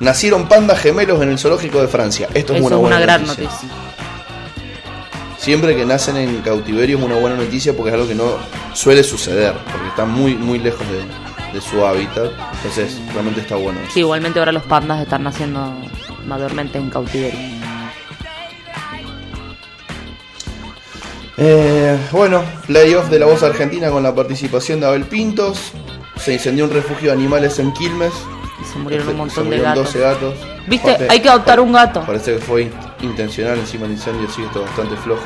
S1: Nacieron pandas gemelos en el zoológico de Francia. Esto es
S2: Eso
S1: una
S2: es
S1: buena
S2: una gran
S1: noticia.
S2: noticia.
S1: Siempre que nacen en cautiverio es una buena noticia porque es algo que no suele suceder, porque están muy, muy lejos de, de su hábitat. Entonces, realmente está bueno. eso.
S2: Sí, igualmente ahora los pandas están naciendo mayormente en cautiverio.
S1: Eh, bueno, playoff de la voz argentina con la participación de Abel Pintos. Se incendió un refugio de animales en Quilmes.
S2: Y se murieron
S1: Se- se
S2: un montón de
S1: murieron
S2: gatos.
S1: 12 gatos.
S2: ¿Viste? Hay que adoptar un gato.
S1: Parece que fue in- intencional encima el incendio, sí, está bastante flojo.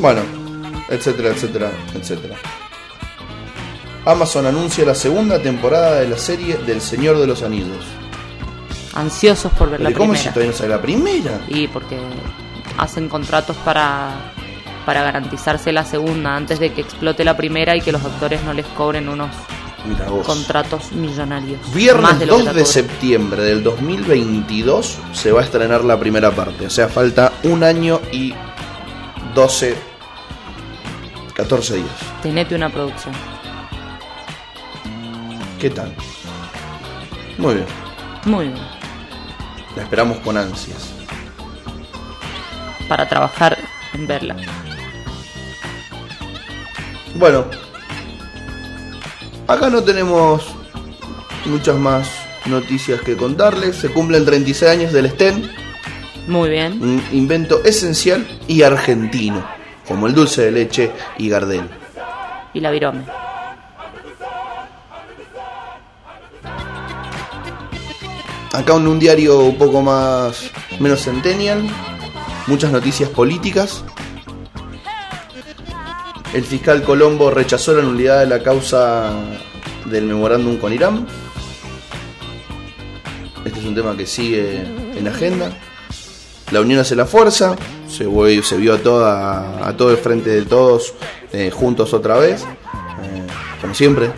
S1: Bueno, etcétera, etcétera, etcétera. Amazon anuncia la segunda temporada de la serie del Señor de los Anillos.
S2: Ansiosos por ver la
S1: Pero ¿y ¿Cómo si
S2: primera.
S1: todavía no sale la primera?
S2: Y porque hacen contratos para, para garantizarse la segunda antes de que explote la primera y que los actores no les cobren unos
S1: Mira vos.
S2: contratos millonarios.
S1: Viernes
S2: más de lo
S1: 2
S2: que ya
S1: de
S2: cobran.
S1: septiembre del 2022 se va a estrenar la primera parte. O sea, falta un año y 12, 14 días.
S2: Tenete una producción.
S1: ¿Qué tal? Muy bien.
S2: Muy bien.
S1: La esperamos con ansias.
S2: Para trabajar en verla.
S1: Bueno. Acá no tenemos muchas más noticias que contarles. Se cumplen 36 años del STEM,
S2: Muy bien.
S1: un invento esencial y argentino, como el dulce de leche y Gardel.
S2: Y la virome.
S1: Acá en un diario un poco más menos centennial, muchas noticias políticas. El fiscal Colombo rechazó la nulidad de la causa del memorándum con Irán. Este es un tema que sigue en agenda. La unión hace la fuerza. Se, vue- se vio a, toda, a todo el frente de todos eh, juntos otra vez. Eh, como siempre,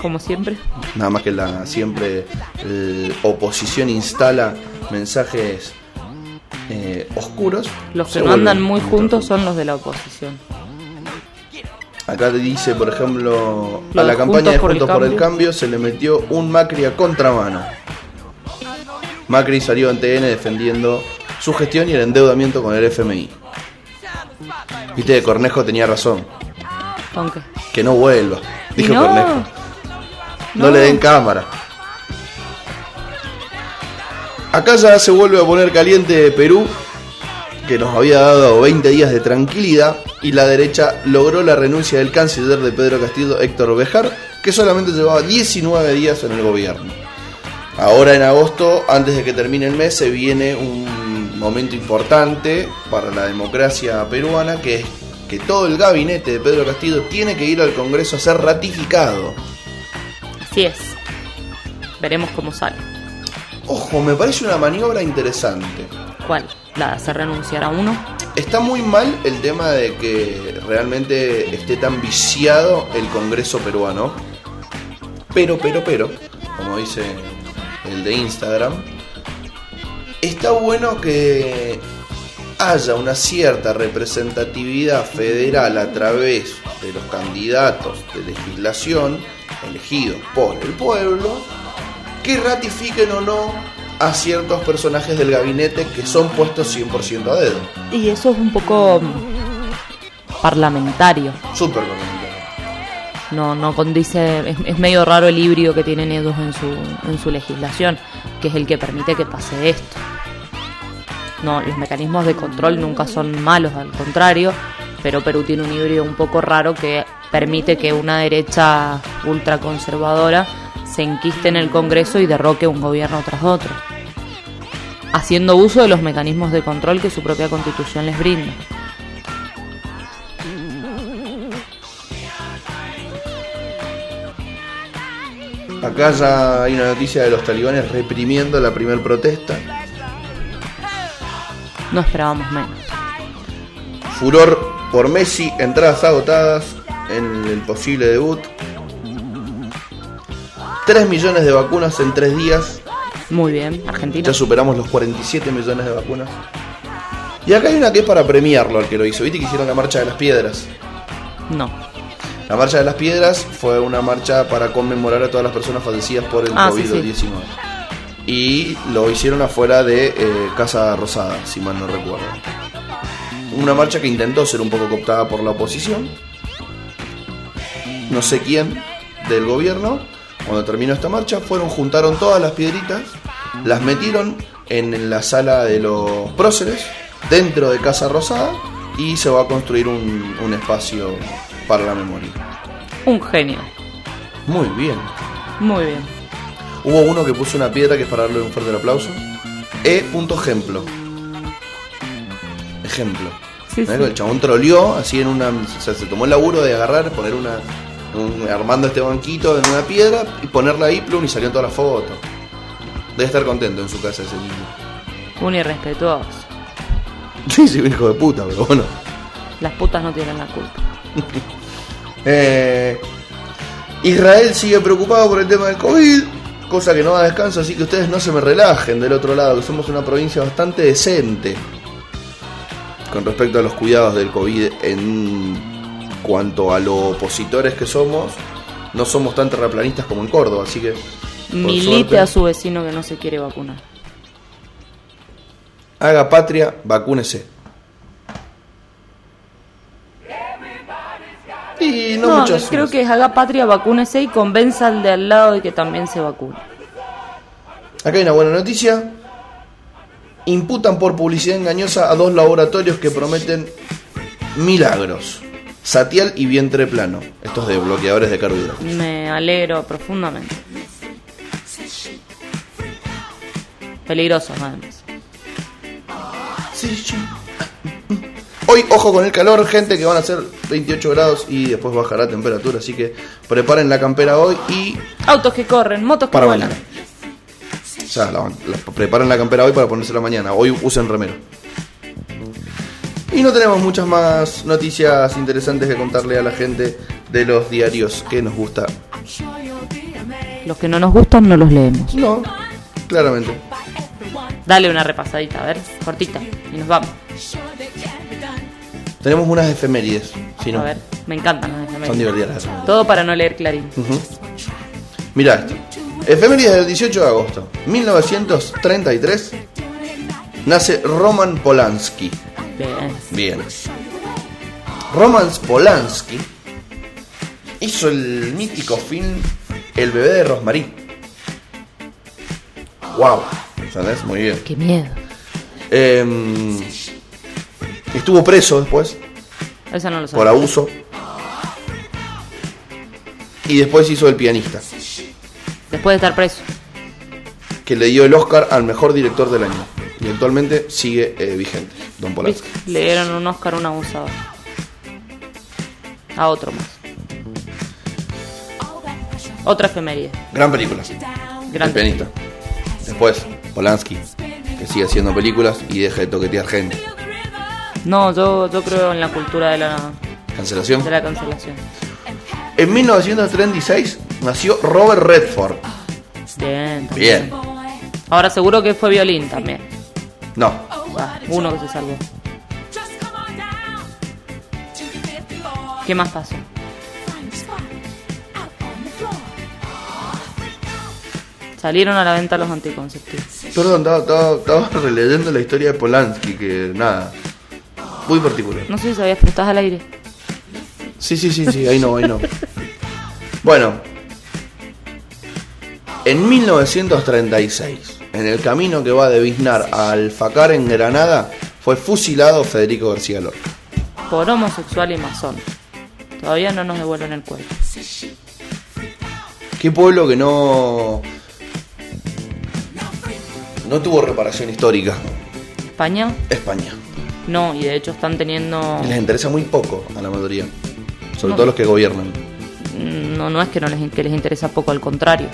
S2: como siempre.
S1: Nada más que la siempre eh, oposición instala mensajes eh, oscuros.
S2: Los
S1: se
S2: que no andan
S1: vuelven
S2: muy
S1: ultra
S2: juntos son los de la oposición.
S1: Acá te dice, por ejemplo, a
S2: Los
S1: la campaña de
S2: Juntos por el
S1: Juntos por el
S2: Cambio.
S1: Cambio se le metió un Macri a contramano. Macri salió en TN defendiendo su gestión y el endeudamiento con el FMI. Viste que Cornejo tenía razón,
S2: Aunque.
S1: que no vuelva, dijo
S2: no.
S1: Cornejo. No,
S2: No.
S1: le den cámara. Acá ya se vuelve a poner caliente Perú, que nos había dado 20 días de tranquilidad, y la derecha logró la renuncia del canciller de Pedro Castillo, Héctor Bejar, que solamente llevaba 19 días en el gobierno. Ahora en agosto, antes de que termine el mes, se viene un momento importante para la democracia peruana, que es que todo el gabinete de Pedro Castillo tiene que ir al Congreso a ser ratificado.
S2: Así es. Veremos cómo sale.
S1: Ojo, me parece una maniobra interesante.
S2: ¿Cuál? ¿La de hacer renunciar a uno?
S1: Está muy mal el tema de que realmente esté tan viciado el Congreso peruano. Pero, pero, pero, como dice el de Instagram, está bueno que haya una cierta representatividad federal a través de los candidatos de legislación elegidos por el pueblo que ratifiquen o no a ciertos personajes del gabinete que son puestos 100% a dedo.
S2: Y eso es un poco mm, parlamentario.
S1: Súper comentario.
S2: No, no condice. Es, es medio raro el híbrido que tienen ellos en su, en su legislación, que es el que permite que pase esto. No, los mecanismos de control nunca son malos, al contrario, pero Perú tiene un híbrido un poco raro que permite que una derecha ultraconservadora se enquiste en el Congreso y derroque un gobierno tras otro, haciendo uso de los mecanismos de control que su propia constitución les brinda.
S1: Acá ya hay una noticia de los talibanes reprimiendo la primer protesta.
S2: No esperábamos menos.
S1: Furor por Messi, entradas agotadas en el posible debut. 3 millones de vacunas en 3 días.
S2: Muy bien, Argentina.
S1: Ya superamos los 47 millones de vacunas. Y acá hay una que es para premiarlo al que lo hizo. ¿Viste que hicieron la marcha de las piedras?
S2: No.
S1: La marcha de las piedras fue una marcha para conmemorar a todas las personas fallecidas por el
S2: Ah, sí,
S1: COVID-19. Y lo hicieron afuera de eh, Casa Rosada, si mal no recuerdo. Una marcha que intentó ser un poco cooptada por la oposición. No sé quién del gobierno. Cuando terminó esta marcha, fueron, juntaron todas las piedritas, las metieron en la sala de los próceres, dentro de Casa Rosada, y se va a construir un- un espacio para la memoria.
S2: Un genio.
S1: Muy bien.
S2: Muy bien.
S1: Hubo uno que puso una piedra que es para darle un fuerte aplauso. E. Ejemplo. Ejemplo.
S2: Sí,
S1: ¿Ves?
S2: sí.
S1: El chabón troleó así en una. O sea, se tomó el laburo de agarrar, poner una. un- armando este banquito en una piedra y ponerla ahí, plum, y salió en todas las fotos. Debe estar contento en su casa ese niño. [laughs]
S2: Un irrespetuoso.
S1: Sí, sí, un hijo de puta, pero bueno.
S2: Las putas no tienen la culpa.
S1: Eh, Israel sigue preocupado por el tema del COVID, cosa que no da descanso, así que ustedes no se me relajen del otro lado, que somos una provincia bastante decente con respecto a los cuidados del COVID en cuanto a los opositores que somos. No somos tan terraplanistas como en Córdoba, así que... por
S2: Milite
S1: suerte,
S2: a su vecino que no se quiere vacunar.
S1: Haga patria, vacúnese. Y no,
S2: No,
S1: muchas
S2: creo que es haga patria, vacúnese y convenza al de al lado de que también se vacune.
S1: Acá hay una buena noticia. Imputan por publicidad engañosa a dos laboratorios que prometen milagros. Satial y vientre plano. Estos de bloqueadores de carbohidratos.
S2: Me alegro profundamente. Peligrosos, además.
S1: Hoy, ojo con el calor, gente, que van a ser 28 grados y después bajará la temperatura. Así que preparen la campera hoy y
S2: Autos que corren, motos que
S1: para
S2: vuelan.
S1: mañana. O sea, la- la- preparen la campera hoy para ponérsela mañana. Hoy usen remero. Y no tenemos muchas más noticias interesantes que contarle a la gente de los diarios que nos gusta
S2: Los que no nos gustan no los leemos.
S1: No, claramente.
S2: Dale una repasadita, a ver, cortita, y nos vamos.
S1: Tenemos unas efemérides, si no.
S2: A ver, me encantan las efemérides.
S1: Son divertidas las efemérides.
S2: Todo para no leer Clarín.
S1: Ujú. Mirá esto. Efemérides del 18 de agosto. 1933 nace Roman Polanski.
S2: Bien.
S1: Bien. Roman Polanski hizo el mítico film El bebé de Rosmarie. Wow. ¿Entendés? Muy bien.
S2: Qué miedo.
S1: Em, estuvo preso después
S2: Eso no lo
S1: por
S2: sabía.
S1: abuso. Y después hizo El pianista,
S2: Después de estar preso.
S1: que le dio el Oscar al mejor director del año. Y actualmente sigue eh, vigente, Don Polanski.
S2: ¿Viste? Le dieron un Oscar a un abusador. A otro más. Otra efeméride.
S1: Gran película. El
S2: Grande.
S1: pianista. Después, Polanski, que sigue haciendo películas y deja de toquetear gente.
S2: No, yo, yo creo en la cultura de la,
S1: Cancelación.
S2: de la cancelación.
S1: En 1936 nació Robert Redford.
S2: Bien.
S1: Bien.
S2: también. Ahora seguro que fue violín también.
S1: No.
S2: Ah, uno que se salvó. ¿Qué más pasó? Salieron a la venta los anticonceptivos.
S1: Perdón, estaba, estaba- estaba [laughs] releyendo la historia de Polanski, que nada. Muy particular.
S2: No sé si sabías, pero estás al aire.
S1: Sí, sí, sí, sí, ahí no, ahí no. Bueno, en 1936, en el camino que va de Biznar a Alfacar en Granada, fue fusilado Federico García Lorca.
S2: Por homosexual y masón. Todavía no nos devuelven el cuerpo.
S1: Qué pueblo que no. no tuvo reparación histórica.
S2: España,
S1: España.
S2: no, y de hecho están teniendo.
S1: Les interesa muy poco a la mayoría, sobre todo los que gobiernan.
S2: No, no es que no les, in- que les interesa poco, al contrario.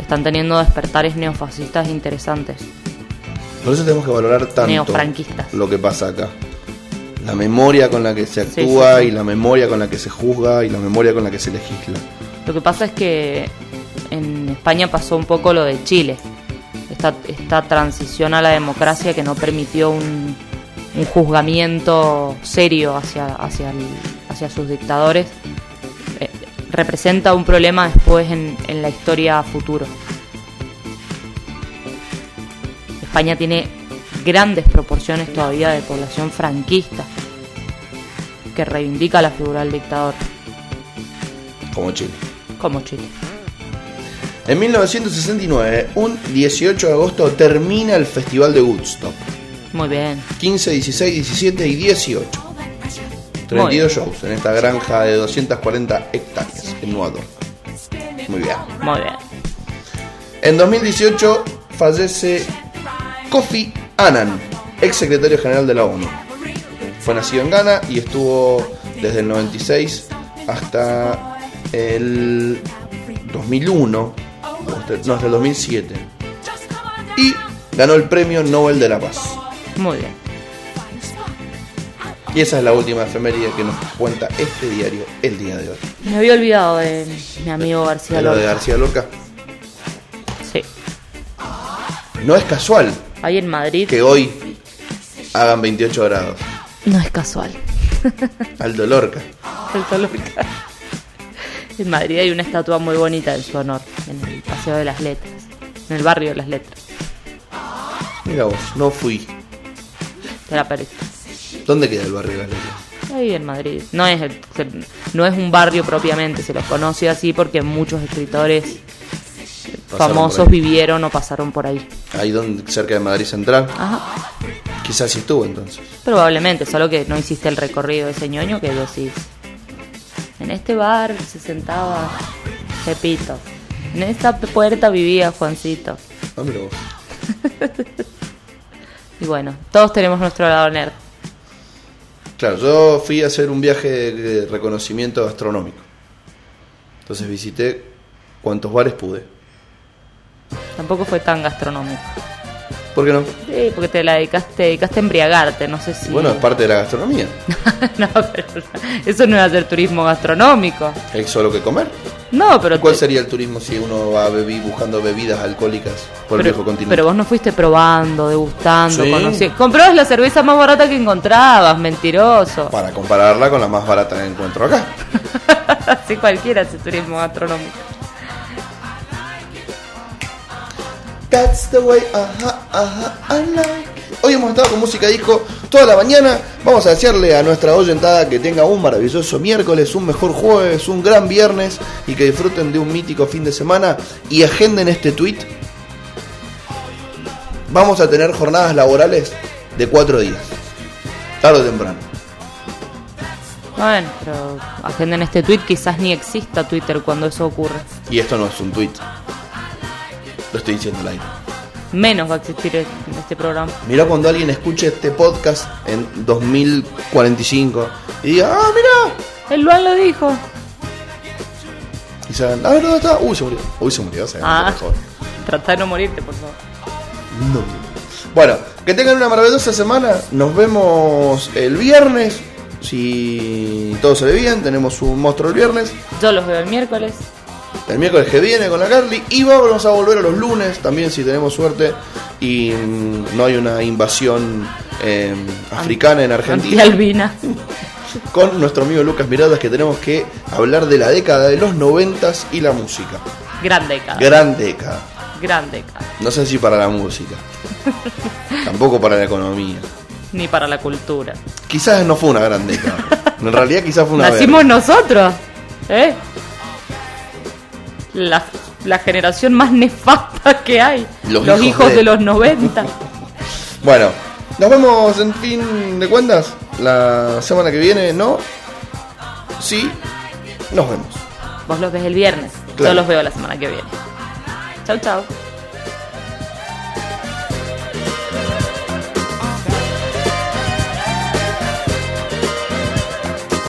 S2: Están teniendo despertares neofascistas interesantes.
S1: Por eso tenemos que valorar tanto
S2: Neofranquistas.
S1: lo que pasa acá. La memoria con la que se actúa
S2: sí, sí.
S1: y la memoria con la que se juzga y la memoria con la que se legisla.
S2: Lo que pasa es que en España pasó un poco lo de Chile. Esta, esta transición a la democracia que no permitió un, un juzgamiento serio hacia, hacia, el- hacia sus dictadores eh, representa un problema después en, en la historia a futuro. España tiene grandes proporciones todavía de población franquista que reivindica la figura del dictador,
S1: Como Chile.
S2: como Chile.
S1: En 1969, un 18 de agosto, termina el Festival de Woodstock.
S2: Muy bien.
S1: 15, 16, 17 y 18.
S2: Muy bien.
S1: 32 shows en esta granja de 240 hectáreas en Nuador. Muy bien.
S2: Muy bien.
S1: En 2018 fallece Kofi Annan, ex secretario general de la ONU. Fue nacido en Ghana y estuvo desde el 96 hasta el 2001, o hasta- no, hasta el 2007. Y ganó el premio Nobel de la Paz.
S2: Muy bien.
S1: Y esa es la última efeméride que nos cuenta este diario el día de hoy.
S2: Me había olvidado de mi amigo García
S1: De lo de
S2: Lorca.
S1: García Lorca.
S2: Sí.
S1: No es casual
S2: Ahí en Madrid
S1: que hoy hagan 28 grados.
S2: no es casual.
S1: Aldo Lorca.
S2: Alto Lorca. En Madrid hay una estatua muy bonita en su honor, en el Paseo de las Letras, en el barrio de las Letras.
S1: Mira vos, no fui.
S2: Te la parece.
S1: ¿Dónde queda el barrio de las letras?
S2: Ahí en Madrid. No es, el- se- no es un barrio propiamente, se lo conoce así porque muchos escritores
S1: Pasaron
S2: famosos
S1: por ahí.
S2: vivieron o pasaron por ahí.
S1: Ahí donde, cerca de Madrid Central.
S2: Ajá.
S1: Quizás sí estuvo entonces.
S2: Probablemente, solo que no hiciste el recorrido de ese ñoño que decís. En este bar se sentaba Pepito. En esta puerta vivía Juancito.
S1: Ah, mira vos.
S2: Y bueno, todos tenemos nuestro lado nerd.
S1: Claro, yo fui a hacer un viaje de reconocimiento gastronómico. Entonces visité cuantos bares pude.
S2: Tampoco fue tan gastronómico.
S1: ¿Por qué no?
S2: Sí, porque te la dedicaste, te dedicaste a embriagarte, no sé [laughs] si.
S1: Bueno, es parte de la gastronomía.
S2: no, pero eso no iba a ser turismo gastronómico. [laughs]
S1: Hay solo que comer.
S2: No, pero.
S1: ¿Cuál
S2: te-
S1: sería el turismo si uno va a bebi- buscando bebidas alcohólicas por el viejo
S2: pero,
S1: continente?
S2: pero vos no fuiste probando, degustando,
S1: Sí.
S2: conociendo. Comprabas la cerveza más barata que encontrabas, mentiroso.
S1: Para compararla con la más barata que encuentro acá.
S2: [laughs] Así cualquiera hace turismo gastronómico.
S1: That's the way, ajá, ajá, I like. Hoy hemos estado con música disco toda la mañana. Vamos a desearle a nuestra oyentada que tenga un maravilloso miércoles, un mejor jueves, un gran viernes y que disfruten de un mítico fin de semana. Y agenden este tweet. Vamos a tener jornadas laborales de cuatro días, tarde o temprano.
S2: Bueno, pero agenden este tweet, quizás ni exista Twitter cuando eso ocurre.
S1: Y esto no es un tweet. Lo estoy diciendo al aire.
S2: Menos va a existir en este programa.
S1: Mirá cuando alguien escuche este podcast en 2045 y diga, ah, mirá,
S2: El Luan lo dijo.
S1: Y se van, a ver, ¿dónde está? Uy, se murió. Uy, se murió. Se
S2: Ah.
S1: mejor.
S2: Trata de no morirte, por favor.
S1: No. Bueno, que tengan una maravillosa semana. Nos vemos el viernes. Si todo sale bien, tenemos un monstruo el viernes.
S2: Yo los veo el miércoles.
S1: El miércoles que viene con la Carly. Y vamos a volver a los lunes también, si tenemos suerte. Y mm, no hay una invasión eh, africana en Argentina.
S2: Antialbina.
S1: Con nuestro amigo Lucas Miradas, que tenemos que hablar de la década de los noventas y la música.
S2: Gran década.
S1: Gran década.
S2: Gran década.
S1: No sé si para la música. Tampoco para la economía.
S2: Ni para la cultura.
S1: Quizás no fue una gran década. En realidad quizás fue una
S2: Nacimos
S1: verga.
S2: nosotros. ¿Eh? La, la generación más nefasta que hay.
S1: Los
S2: Los,
S1: hijos
S2: hijos,
S1: de-
S2: de... los 90.
S1: Bueno, nos vemos en fin de cuentas la semana que viene, ¿no? Sí, nos vemos.
S2: Vos los ves el viernes.
S1: Claro.
S2: Yo los veo la semana que viene. Chau, chau.